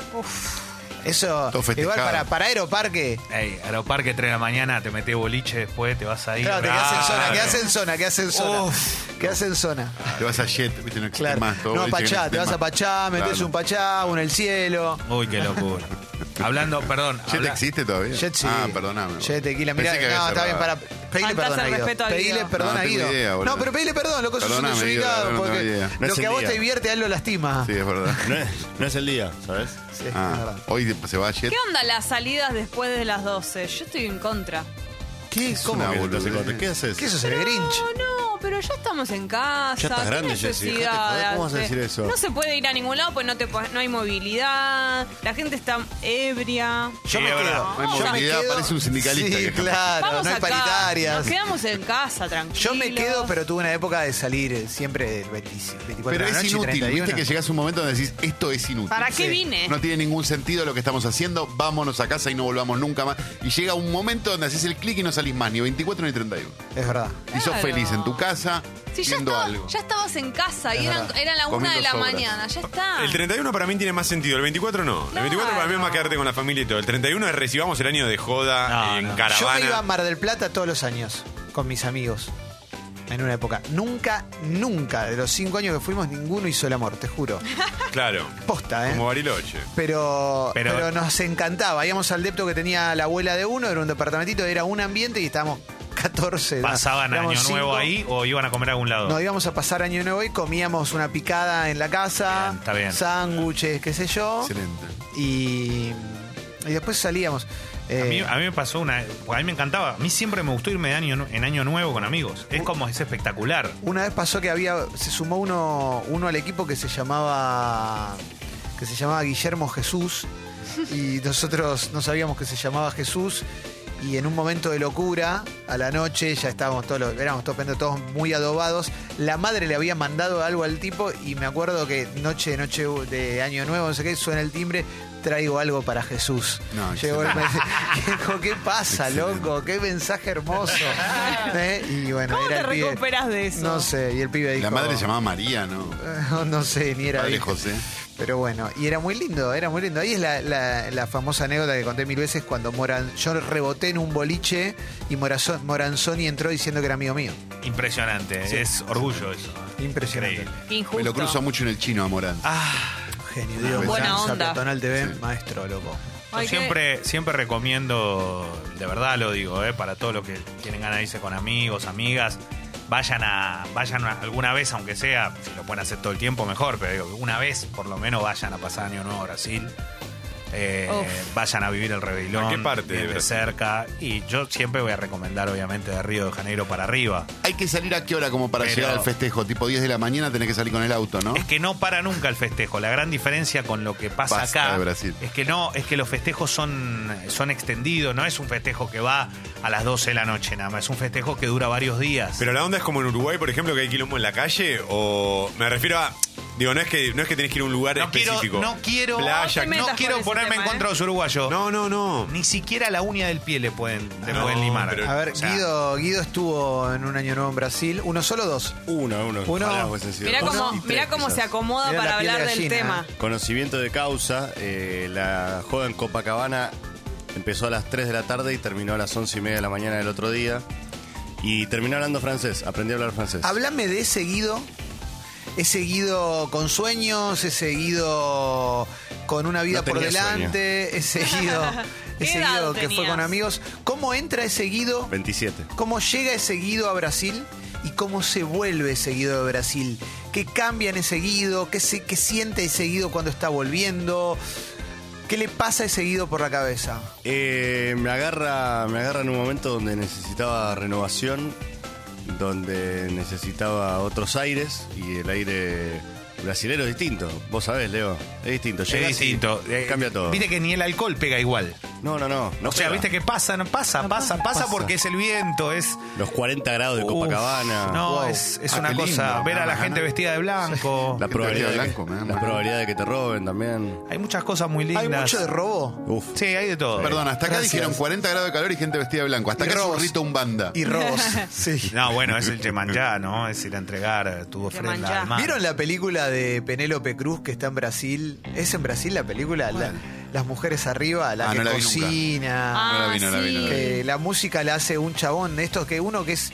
S1: Eso,
S4: Todo festejado.
S1: igual para, para Aeroparque.
S6: Ey, aeroparque 3 de la mañana, te metes boliche después, te vas ahí.
S1: Claro, te quedas en zona, quedas en zona, quedas en zona.
S6: Uf.
S1: Quedas en zona.
S4: Te vas a Jet, viste, no existe
S1: Claro.
S4: más. todo
S1: no, a
S4: boliche que no
S1: Pachá,
S4: existe
S1: te vas
S4: más.
S1: a Pachá, metes
S4: Claro.
S1: un Pachá, uno en el cielo.
S6: Uy, qué locura. Hablando, perdón.
S4: ¿Jet
S6: habla-
S4: existe todavía?
S1: Jet sí.
S4: Ah, perdóname.
S1: Jet tequila,
S4: Pensé
S1: mirá,
S4: que había
S1: no, está
S4: cerrado. Ah,
S1: bien, para. Pedile
S3: Faltás
S1: perdón a
S3: el
S1: Guido.
S3: respeto a Guido.
S1: Pedile perdón
S4: No,
S1: a
S4: tengo
S1: Guido.
S4: idea, boludo.
S1: no, pero pedile perdón, loco, sos un
S4: Perdóname, Guido,
S1: desubicado.
S4: no, no,
S1: porque
S4: no, idea.
S9: No
S1: lo
S9: es
S1: que
S9: el
S1: a vos
S9: día.
S1: te divierte, a él lo lastima.
S4: Sí, es verdad.
S9: No es, no es el día, ¿sabes?
S1: Sí, es
S4: Ah,
S1: verdad.
S4: hoy se va a Jet.
S3: ¿Qué onda las salidas después de las 12? Yo estoy en contra.
S9: ¿Qué es? ¿Cómo
S4: una
S9: que
S4: boludez?
S9: estás en contra? ¿Qué haces?
S1: ¿Qué sos, el Grinch?
S3: No, no, pero ya estamos en casa.
S9: Ya estás
S3: ¿qué
S9: grande, Jessy,
S3: necesidad
S9: dejate joder,
S3: de
S9: ¿cómo vas a
S3: hacer?
S9: decir eso?
S3: No se puede ir a ningún lado, pues no, te, podés- no hay movilidad, la gente está ebria.
S1: Yo me
S6: es verdad.
S1: quedo.
S4: No hay
S1: yo me
S4: movilidad,
S1: quedo-
S4: parece un sindicalista
S1: Sí,
S4: que-
S1: claro,
S3: Vamos
S1: no hay
S3: acá,
S1: paritarias.
S3: Nos quedamos en casa, tranquilos.
S1: Yo me quedo, pero tuve una época de salir eh, siempre del 25, 24
S4: Pero
S1: de la
S4: es
S1: noche,
S4: inútil,
S1: 31.
S4: viste que llegás a un momento donde decís, esto es inútil.
S3: ¿Para
S1: Sí.
S3: qué vine?
S4: No tiene ningún sentido lo que estamos haciendo, vámonos a casa y no volvamos nunca más. Y llega un momento donde haces el clic y no salís más, ni 24 ni 31.
S1: Es verdad.
S4: Y sos
S3: Claro.
S4: feliz en tu casa,
S3: Si ya,
S4: viendo
S3: estaba-
S4: algo.
S3: ya estabas en casa y
S1: Es
S3: eran,
S1: verdad.
S3: era la una
S4: Comiendo
S3: de la
S4: sobras.
S3: mañana, ya está.
S2: Ah. El 31 para mí tiene más sentido, el 24 no. El 24 para mí es más
S3: Claro.
S2: quedarte con la familia y todo. El 31 es recibamos el año de joda
S6: No,
S2: en
S6: no.
S2: caravana.
S1: Yo me iba a Mar del Plata todos los años con mis amigos. En una época. Nunca, nunca, de los cinco años que fuimos, ninguno hizo el amor, te juro.
S2: Claro.
S1: Posta, ¿eh?
S2: Como Bariloche.
S1: Pero, pero,
S6: Pero-
S1: nos encantaba. Íbamos al depto que tenía la abuela de uno, era un departamentito, era un ambiente y estábamos 14. da-
S6: ¿Pasaban
S1: éramos
S6: año
S1: cinco.
S6: nuevo ahí o iban a comer a algún lado?
S1: No, íbamos a pasar año nuevo y comíamos una picada en la casa,
S6: Bien, está bien.
S1: sándwiches, qué sé yo.
S4: Excelente.
S1: Y, y después salíamos.
S6: a, mí,
S1: Eh,
S6: a mí me pasó una. A mí me encantaba. A mí siempre me gustó irme de año, nu- en año nuevo con amigos.
S1: Uh.
S6: Es como es espectacular.
S1: Una vez pasó que había. se sumó uno, uno al equipo que se llamaba. que se llamaba Guillermo Jesús. Y nosotros no sabíamos que se llamaba Jesús. Y en un momento de locura, a la noche, ya estábamos todos, los- éramos todos, pendientes, todos muy adobados. La madre le había mandado algo al tipo y me acuerdo que noche, noche de Año Nuevo, no sé qué, suena el timbre, traigo algo para Jesús.
S4: No,
S1: Llegó el mensaje. Dijo, ¿Qué pasa,
S4: Excelente.
S1: loco? ¿Qué mensaje hermoso? ¿Eh? Y bueno,
S3: ¿Cómo
S1: era
S3: te
S1: el pibe.
S3: recuperas de eso?
S1: No sé, y el pibe dijo... "Ah,
S4: La madre se llamaba María, ¿no?
S1: No sé, ni era...
S4: Padre
S1: hijo.
S4: José.
S1: Pero bueno, y era muy lindo, era muy lindo. Ahí es la, la- la famosa anécdota que conté mil veces cuando Moran, yo reboté en un boliche y Morazo- Moranzoni entró diciendo que era amigo mío.
S6: Impresionante. Es orgullo eso.
S1: Impresionante.
S6: Increíble.
S3: Qué injusto.
S4: Me lo cruzo mucho en el chino a Morán.
S1: Genio, Diego
S4: Buena
S1: Moranza,
S3: onda.
S1: Peatonal TV, maestro, loco.
S6: Yo
S3: Ay, qué-
S6: siempre, siempre recomiendo, de verdad lo digo, eh, para todos los que tienen ganas de irse con amigos, amigas, vayan a, vayan a- alguna vez, aunque sea, si lo pueden hacer todo el tiempo, mejor, pero digo, una vez por lo menos vayan a pasar Año Nuevo a Brasil. Eh,
S3: Uf.
S6: vayan a vivir el Revelón.
S2: ¿A qué parte de
S6: bien de
S2: Brasil?
S6: cerca. Y yo siempre voy a recomendar, obviamente, de Río de Janeiro para arriba.
S4: Hay que salir a qué hora como para
S6: Pero-
S4: llegar al festejo. Tipo 10 de la mañana tenés que salir con el auto, ¿no?
S6: Es que no para nunca el festejo. La gran diferencia con lo que pasa
S4: Basta
S6: acá
S4: de Brasil.
S6: es que no, es que los festejos son, son extendidos, no es un festejo que va a las 12 de la noche nada más, es un festejo que dura varios días.
S2: Pero la onda es como en Uruguay, por ejemplo, que hay quilombo en la calle o me refiero a digo, no es que no es que tenés que ir a un lugar
S6: no quiero,
S2: específico.
S6: no quiero,
S2: playa,
S3: No te
S6: no
S3: metas
S6: quiero
S3: con ese
S6: ponerme
S3: tema,
S6: en contra
S3: ¿eh?
S6: de los uruguayos.
S2: No, no, no.
S6: Ni siquiera la uña del pie le pueden, le
S2: No,
S6: pueden limar.
S2: pero-
S1: A ver,
S6: O sea,
S1: Guido, Guido estuvo en un año nuevo en Brasil. ¿Uno solo o dos?
S9: Uno, uno.
S1: Uno.
S9: Ojalá hubiese sido
S3: Mirá
S9: dos
S3: cómo,
S9: y tres,
S3: mirá cómo
S9: quizás.
S3: se acomoda
S1: Mirá
S3: para
S1: la piel de
S3: hablar del
S1: gallina.
S3: tema.
S9: Conocimiento de causa, eh, la joda en Copacabana empezó a las 3 de la tarde y terminó a las 11 y media de la mañana del otro día. Y terminó hablando francés, aprendí a hablar francés.
S1: Háblame de ese Guido. Ese Guido con sueños, ese Guido con una vida
S9: No
S1: por
S9: tenía
S1: delante, ese Guido,
S3: ¿Qué
S1: ese
S3: edad
S1: Guido que fue
S3: tenías?
S1: con amigos. ¿Cómo entra ese Guido?
S9: 27.
S1: ¿Cómo llega ese Guido a Brasil? ¿Y cómo se vuelve ese Guido de Brasil? ¿Qué cambia en ese Guido? ¿Qué, se, qué siente ese Guido cuando está volviendo? ¿Qué le pasa a ese Guido por la cabeza?
S9: Eh, me, agarra, me agarra en un momento donde necesitaba renovación, donde necesitaba otros aires y el aire brasilero es distinto. Vos sabés, Leo, es distinto.
S6: es
S9: Llegás y
S6: distinto. Eh,
S9: Cambia todo.
S6: Viste que ni el alcohol pega igual.
S9: No, no, no. no
S6: o sea,
S9: pega.
S6: viste que pasa, no pasa, pasa, pasa,
S9: pasa.
S6: porque es el viento, es...
S9: Los 40 grados de
S6: Uf,
S9: Copacabana.
S6: no,
S1: Wow.
S6: es, es
S4: Ah,
S6: una
S4: qué
S6: cosa.
S4: lindo.
S6: Ver a la
S4: Ah,
S6: gente
S4: ah.
S6: vestida de blanco.
S9: La
S4: Gente
S9: probabilidad,
S4: vestida de
S9: de que-
S4: blanco, me da
S9: la
S4: mal.
S9: probabilidad de que te roben también.
S6: Hay muchas cosas muy lindas.
S1: ¿Hay mucho de robo?
S9: Uf.
S6: Sí, hay de todo.
S4: Perdón, hasta acá
S1: Gracias.
S4: dijeron 40 grados de calor y gente vestida de blanco. Hasta
S1: Y
S4: acá es un
S1: robos.
S4: rito umbanda.
S1: Y robos. sí.
S6: No, bueno, es el Yemanjá, ¿no? Es ir a entregar eh, tu
S3: Yemanjá.
S6: ofrenda al mar.
S1: ¿Vieron la película de Penélope Cruz que está en Brasil? ¿Es en Brasil la película? La- las mujeres arriba, la
S4: Ah,
S1: que
S4: no la vi nunca.
S3: Ah.
S1: cocina.
S4: No la vi, no la vi, no la vi.
S1: que la música la hace un chabón de estos que uno que es.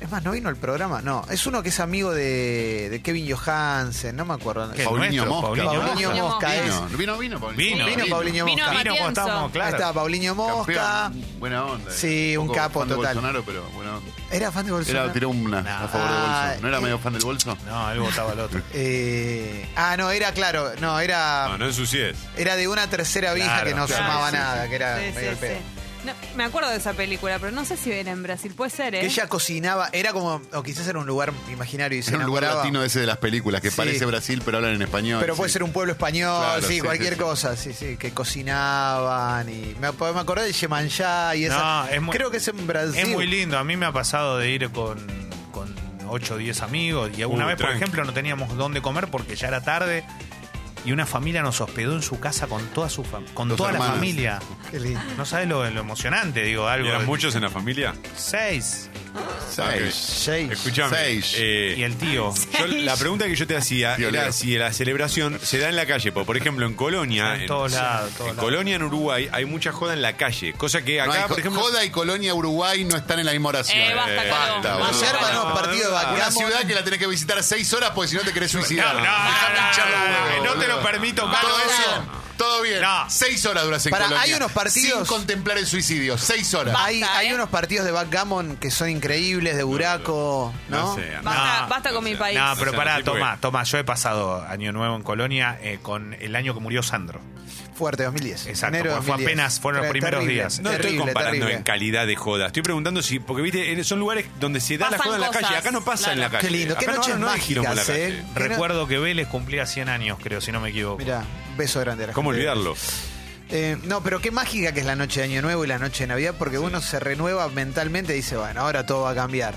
S1: Es más, no vino al programa. No, es uno que es amigo de, de Kevin Johansen, no me acuerdo.
S6: ¿Qué?
S1: Paulinho
S4: Paulinho
S6: nuestro,
S4: Mosca.
S6: Paulinho
S3: Mosca.
S1: Mosca es.
S4: Vino, vino, vino,
S6: Vino.
S4: Paulinho.
S1: Vino Paulinho
S3: Vino
S1: Mosca. Ahí
S3: a
S6: Vino cuando
S3: Matienzo.
S6: estábamos, claro.
S1: está, Paulinho Mosca.
S4: Campeón, buena onda.
S1: Sí, un
S4: poco
S1: capo
S4: fan de
S1: total.
S4: Bolsonaro, pero bueno.
S1: Era fan de Bolsonaro.
S4: Era, tiró una a favor de
S1: Ah,
S4: Bolsonaro. ¿No era
S1: eh.
S4: medio fan del bolso?
S6: No, él votaba al otro.
S1: Eh, ah, no, era claro. No, era.
S2: No, no ensucies.
S1: Era de una tercera vieja
S6: Claro,
S1: que no
S6: claro,
S1: sumaba
S3: sí,
S1: nada, que era
S3: Sí, sí,
S1: medio el pedo.
S3: sí. No, me acuerdo de esa película, pero no sé si era en Brasil. Puede ser, ¿eh?
S1: Que ella cocinaba, era como, o quizás era un lugar imaginario y se
S4: Era un lugar
S1: enamoraba.
S4: latino ese de las películas, que
S1: Sí.
S4: parece Brasil, pero hablan en español.
S1: Pero puede
S4: sí.
S1: ser un pueblo español,
S4: Claro,
S1: sí,
S4: sí,
S1: cualquier
S4: sí, sí.
S1: cosa, sí, sí, que cocinaban y me, ap- me acordé de Yemanjá y esa.
S6: No, es muy-
S1: creo que es en Brasil.
S6: Es muy lindo. A mí me ha pasado de ir con, con 8 o 10 amigos. Y alguna
S2: Uh,
S6: vez, por
S2: tranqui.
S6: ejemplo, no teníamos dónde comer porque ya era tarde. Y una familia nos hospedó en su casa con toda su fam- con
S4: Dos
S6: toda la
S4: hermanas.
S6: familia.
S1: Qué lindo.
S6: No sabes lo, lo emocionante, digo,
S2: ¿Y
S6: algo.
S2: eran
S6: de-
S2: muchos en la familia?
S6: Seis.
S4: Seis.
S1: Seis.
S2: Escuchame.
S4: Seis.
S2: eh,
S6: Y el tío.
S2: yo- la pregunta que yo te hacía
S4: Violero.
S2: era si la celebración se da en la calle. Porque, por ejemplo, en Colonia.
S6: En todos lados,
S2: en
S6: todos lados.
S2: Colonia, en Uruguay, hay mucha joda en la calle. Cosa que
S4: No
S2: acá,
S4: hay
S2: por
S4: jo-
S2: ejemplo.
S4: Joda y Colonia Uruguay no están en la misma oración.
S3: Eh, basta,
S4: Eh,
S3: Carlos.
S4: basta,
S3: Basta,
S4: boludo.
S1: Se arman
S3: Carlos.
S1: Ah, unos partidos de
S4: Una
S1: backgammon.
S4: ciudad que la tenés que visitar seis horas porque si no te querés
S6: No,
S4: suicidar.
S6: no, no,
S2: Ah,
S4: Dejame hinchar los
S6: no, no,
S4: huevos,
S6: no te
S4: boludo.
S6: lo permito,
S4: Todo
S6: Carlos.
S4: eso, Todo bien.
S6: No.
S4: Seis horas duras en
S1: Pará,
S4: Colonia.
S1: hay unos partidos-
S4: Sin contemplar el suicidio. Seis horas.
S3: Basta,
S1: hay, hay
S3: ¿eh?
S1: unos partidos de backgammon que son increíbles, de buraco, ¿no?
S2: No sé, amigo.
S3: Basta,
S6: No,
S3: basta con mi país.
S6: No,
S2: O
S6: pero
S2: sea,
S6: pará,
S2: tipo
S6: toma,
S2: que-
S6: toma. Yo he pasado Año Nuevo en Colonia eh, con el año que murió Sandro.
S1: Fuerte, 2010.
S6: Exacto,
S1: enero de
S6: porque fue
S1: 2010.
S6: apenas- fueron los
S1: Tre-
S6: primeros
S1: terrible,
S6: días.
S2: No estoy
S1: terrible,
S2: comparando
S1: terrible.
S2: en calidad de joda. Estoy preguntando si. Porque viste, en- son lugares donde se da la
S3: Pasan
S2: joda en la
S3: cosas,
S2: calle. Acá no pasa
S3: claro.
S2: en la calle.
S1: Qué lindo, qué
S2: Acá no-
S1: noches
S2: no hay quilombo en la
S1: mágicas,
S2: calle.
S1: ¿eh? Que no-
S6: Recuerdo que Vélez cumplía 100 años, creo, si no me equivoco.
S1: Mirá, beso grande. a la
S2: ¿Cómo
S1: gente.
S2: olvidarlo?
S1: Eh, no, pero qué mágica que es la noche de Año Nuevo y la noche de Navidad, porque uno se renueva mentalmente y dice, bueno, ahora todo va a cambiar.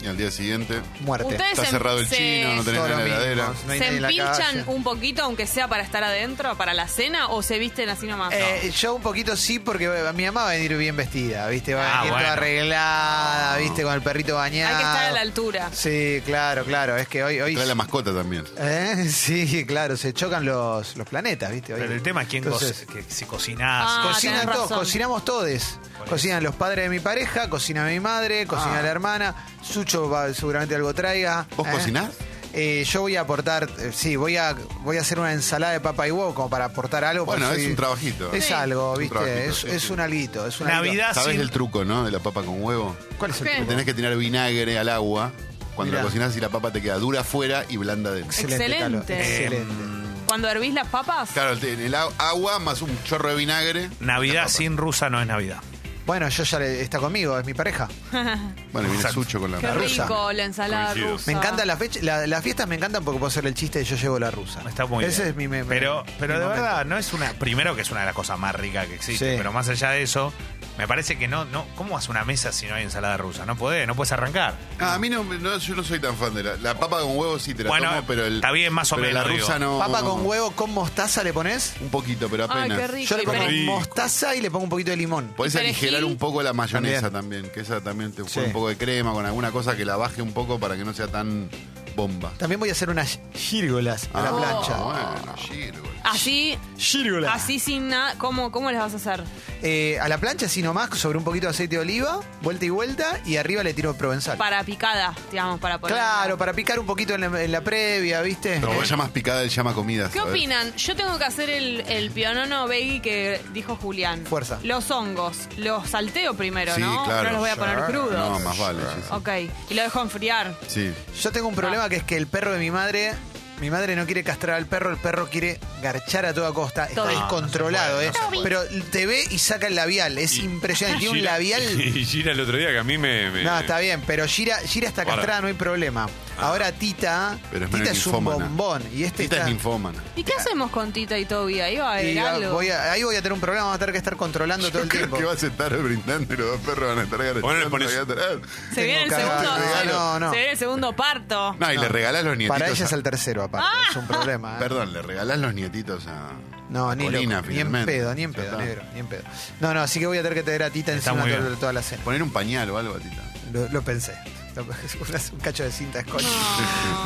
S4: Y al día siguiente.
S1: Muerte.
S3: Ustedes
S4: Está
S3: se-
S4: cerrado el
S3: se-
S4: chino, no tenés
S1: Todo
S4: nada
S1: lo
S4: en la
S1: mismo,
S4: heladera.
S1: no hay
S3: ¿Se
S1: nadie en la calle.
S3: empinchan un poquito, aunque sea para estar adentro, para la cena, o se visten así nomás?
S1: Eh, yo un poquito sí, porque eh, mi mamá va a venir bien vestida, ¿viste? Va a
S6: Ah,
S1: venir toda
S6: bueno.
S1: arreglada, ¿viste? Con el perrito
S3: No.
S1: bañado.
S3: Hay que estar a la altura.
S1: Sí, claro, claro. Es que hoy. hoy
S4: Trae la mascota también.
S1: ¿Eh? Sí, claro, se chocan los, los planetas, ¿viste? Hoy-
S6: Pero el tema es quién
S1: Entonces,
S6: co- que- si cocinás.
S3: Ah,
S6: cos-
S1: Cocinan
S3: tenés
S1: todos,
S3: razón.
S1: cocinamos todos. Cocinan los padres de mi pareja, cocina mi madre, cocina la hermana. Sucho va- seguramente algo traiga.
S4: Ah. ¿Vos cocinás?
S1: Eh, yo voy a aportar, eh, sí, voy a, voy a hacer una ensalada de papa y huevo como para aportar algo.
S4: Bueno,
S1: porque
S4: es
S1: soy-
S4: un trabajito.
S1: Es
S4: Sí.
S1: algo,
S4: Un
S1: ¿viste?
S4: trabajito,
S1: es,
S4: sí,
S1: es
S4: sí.
S1: un alguito, es un alguito.
S6: Navidad
S4: ¿Sabés
S6: sin-
S4: el truco, no? De la papa con huevo.
S1: ¿Cuál es el
S3: ¿Qué?
S1: truco?
S4: Tenés que tirar vinagre al agua cuando
S1: Mirá.
S4: la cocinás y la papa te queda dura afuera y blanda dentro.
S3: Excelente.
S1: Calo,
S3: Eh,
S1: Excelente.
S4: Em.
S3: Cuando hervís las papas,
S4: Claro, el, el a- agua más un chorro de vinagre.
S6: Navidad
S4: La papa.
S6: sin rusa no es Navidad.
S1: Bueno, yo ya le- está conmigo, es mi pareja.
S4: Bueno, viene
S6: Exacto.
S4: Sucho con la
S3: qué
S1: rusa.
S3: rico la ensalada
S2: Coincido.
S3: rusa.
S1: Me encantan las fech- la- las fiestas, me encantan porque puedo hacer el chiste de yo llevo la rusa.
S6: Está muy
S1: Ese
S6: bien.
S1: es mi me-
S6: pero
S1: mi-
S6: pero
S1: mi
S6: de
S1: momento.
S6: verdad, no es una. Primero que es una de las cosas más ricas que existe.
S1: Sí.
S6: Pero más allá de eso, me parece que no, no. ¿Cómo hace una mesa si no hay ensalada rusa? No podés, no puedes arrancar.
S4: Ah, a mí no, no, yo no soy tan fan de la, la papa con huevo sí te la
S6: Bueno,
S4: tomo, pero el,
S6: está bien, más o
S4: pero la
S6: menos,
S4: rusa no.
S1: Papa con huevo con mostaza le pones.
S4: Un poquito, pero
S3: Ay,
S4: apenas.
S3: qué rico.
S1: Yo le
S3: Y
S1: pongo
S3: perejil.
S1: mostaza y le pongo un poquito de limón.
S4: Podés
S3: Y perejil.
S4: aligerar un poco la mayonesa también, que esa también te pone
S1: Sí.
S4: un poco de crema con alguna cosa que la baje un poco para que no sea tan bomba.
S1: También voy a hacer unas gírgolas a la
S4: Ah,
S1: plancha.
S4: Bueno, gírgola.
S3: Así,
S1: Gírgolas.
S3: así sin nada. ¿Cómo, ¿Cómo las vas a hacer?
S1: Eh, a la plancha, así nomás, sobre un poquito de aceite de oliva, vuelta y vuelta, y arriba le tiro provenzal.
S3: Para picada, digamos, para poner.
S1: claro, para picar un poquito en la, en la previa, ¿viste?
S4: Pero
S1: Eh,
S4: vos llamas picada, él llama comida.
S3: ¿Qué
S4: ¿sabés?
S3: opinan? Yo tengo que hacer el, el pionono veggie que dijo Julián.
S1: Fuerza.
S3: Los hongos, los salteo primero,
S4: Sí,
S3: ¿no?
S4: claro.
S3: No los voy a poner
S1: Sure.
S3: crudos.
S4: No, más vale. sí, sí.
S3: Ok, y lo dejo enfriar.
S4: Sí.
S1: Yo tengo un problema que es que el perro de mi madre. Mi madre no quiere castrar al perro, el perro quiere garchar a toda costa. Está
S3: Toby.
S1: descontrolado, ¿eh? Pero te ve y saca el labial. Es
S2: Y-
S1: impresionante. Tiene un
S2: Gira-
S1: labial
S2: Y gira el otro día que a mí me. me-
S1: No, está bien, pero Gira, Gira está
S2: Ahora.
S1: castrada, no hay problema. Ahora Tita,
S4: Ah. Pero es
S1: Tita
S4: medio
S1: es un
S4: ninfómana.
S1: bombón y este
S4: Esta es
S1: está...
S4: ninfómana.
S3: ¿Y qué hacemos con Tita y Toby? Ahí va a haber
S1: y, ah,
S3: algo.
S1: voy a- ahí voy a tener un problema, vamos a tener que estar controlando todo
S4: Yo
S1: el
S4: creo
S1: tiempo.
S4: que vas a estar brindando y los dos perros van a estar garachando.
S2: Bueno, le pones-
S4: y atrás.
S3: Se
S1: Tengo
S3: viene el
S1: que
S3: segundo.
S1: agarrar-
S3: se-
S1: No, no.
S3: Se viene el segundo parto.
S4: No, y le regalás los nietitos.
S1: Para ella es
S4: a- Ah.
S1: el tercero, aparte,
S3: Ah.
S1: es un problema. ¿eh?
S4: Perdón, le regalás los nietitos a.
S1: No,
S4: a
S1: ni, loco,
S4: Corina,
S1: ni en
S4: finalmente.
S1: pedo, ni en
S4: Ya
S1: pedo,
S4: está.
S1: negro, ni en pedo. No, no, así que voy a tener que tener a Tita
S6: Está
S1: encima
S6: muy
S1: todo-
S6: bien.
S1: toda la cena.
S4: Poner un pañal o algo, Batita.
S1: Lo, lo pensé. Lo- un cacho de cinta scotch.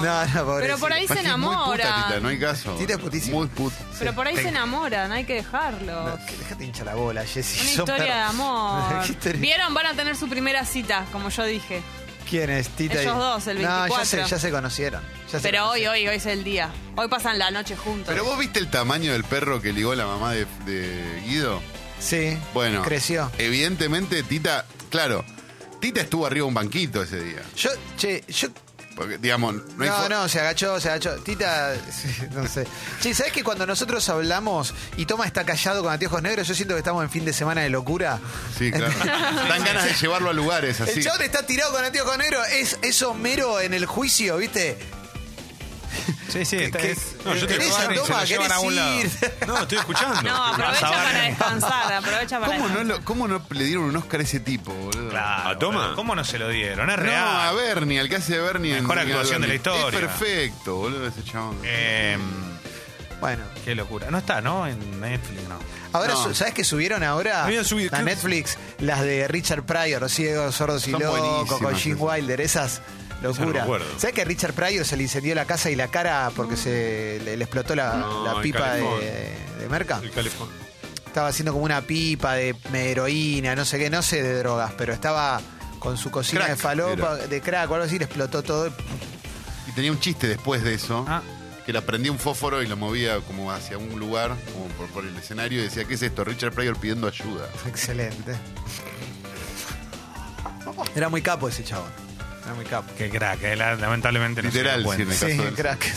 S1: No, no, pobre.
S3: Pero por ahí se
S4: Pati, es muy puta, Tita,
S3: enamoran.
S4: no hay caso.
S1: Tita es putísima.
S4: Muy puta.
S3: Pero por ahí se enamoran, hay que dejarlos.
S1: Déjate hinchar la bola, Jessy.
S3: Una
S1: son
S3: historia
S1: per-
S3: de amor.
S1: ¿Qué historia?
S3: Vieron, van a tener su primera cita, como yo dije.
S1: ¿Quién es Tita? y-
S3: Ellos dos, el
S1: No, ya
S3: 24.
S1: se, ya se conocieron. ya se
S3: Pero hoy,
S1: conocieron.
S3: hoy, hoy es el día. Hoy pasan la noche juntos.
S4: Pero vos viste el tamaño del perro que ligó la mamá de, de Guido.
S1: Sí.
S4: Bueno.
S1: Creció.
S4: Evidentemente, Tita, claro, Tita estuvo arriba de un banquito ese día.
S1: Yo, che, yo.
S4: Porque, digamos, no hay
S1: No,
S4: fo-
S1: no, se agachó, se agachó. Tita, sí, no sé. Che, ¿sabes que cuando nosotros hablamos y Toma está callado con anteojos negros, yo siento que estamos en fin de semana de locura?
S4: Sí, claro. Dan ganas de llevarlo a lugares así.
S1: El chabón está tirado con anteojos negros, es, es Homero en el juicio, ¿viste?
S6: Sí, sí, está,
S1: que-
S6: es-
S2: No, yo te
S1: ¿Querés
S2: digo,
S1: a
S2: Barney, se
S1: Toma?
S2: lo llevan a un lado.
S1: ¿Querés ir?
S2: No, estoy escuchando.
S3: No, aprovecha
S6: Vas a ver.
S3: para descansar, aprovecha para
S4: ¿Cómo no,
S3: descansar.
S4: lo- ¿Cómo no le dieron un Oscar a ese tipo, boludo?
S6: Claro,
S2: ¿A Toma?
S6: pero ¿Cómo no se lo dieron? Es
S4: No,
S6: real.
S4: a Bernie, al que hace de Bernie. en-
S6: Mejor
S4: en
S6: actuación de la
S4: Bernie.
S6: historia.
S4: Es perfecto, boludo, ese chabón.
S6: Em,
S1: Bueno,
S6: qué locura. No está, ¿no? En Netflix, no.
S1: ahora,
S4: No.
S1: su- ¿sabes que subieron ahora
S2: Habían subido-
S1: a Netflix las de Richard Pryor, Ciegos, Sordos y
S4: Son
S1: Locos, con
S4: buenísimas
S1: Jim
S4: esas.
S1: Wilder? Esas
S2: Esa
S1: locuras.
S2: no me acuerdo.
S1: ¿Sabes que a Richard Pryor se le incendió la casa y la cara porque se le, le explotó la,
S2: No,
S1: la
S2: el
S1: pipa
S2: calefón.
S1: de, de merca?
S2: El calefón.
S1: Estaba haciendo como una pipa de heroína, no sé qué, no sé de drogas, pero estaba con su cocina de
S4: Crack,
S1: falopa, de crack o algo así, le explotó todo.
S4: Y tenía un chiste después de eso.
S6: Ah.
S4: que la prendía un fósforo y lo movía como hacia un lugar, como por, por el escenario, y decía, ¿qué es esto? Richard Pryor pidiendo ayuda.
S1: Excelente. Era muy capo ese chabón. Era muy capo.
S6: Qué crack, eh, la- lamentablemente no se
S4: Literal,
S6: dio cuenta.
S4: sí, me
S1: Sí,
S4: casó del-
S1: crack. sí.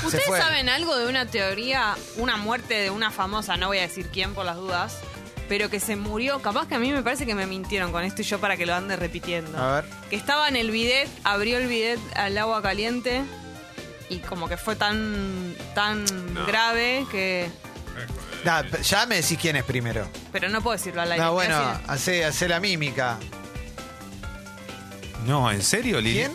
S1: Se
S3: ¿Ustedes
S1: fue.
S3: saben algo de una teoría, una muerte de una famosa, no voy a decir quién por las dudas, pero que se murió? Capaz que a mí me parece que me mintieron con esto y yo para que lo ande repitiendo.
S1: A ver.
S3: Que estaba en el bidet, abrió el bidet al agua caliente y como que fue tan, tan grave que...
S1: Nah, pe- ya me decís quién es primero.
S3: Pero no puedo decirlo al aire.
S1: No,
S3: voy a
S1: bueno,
S3: decir-
S1: hace, hace la mímica.
S6: No, ¿en serio, Lili?
S1: ¿Quién?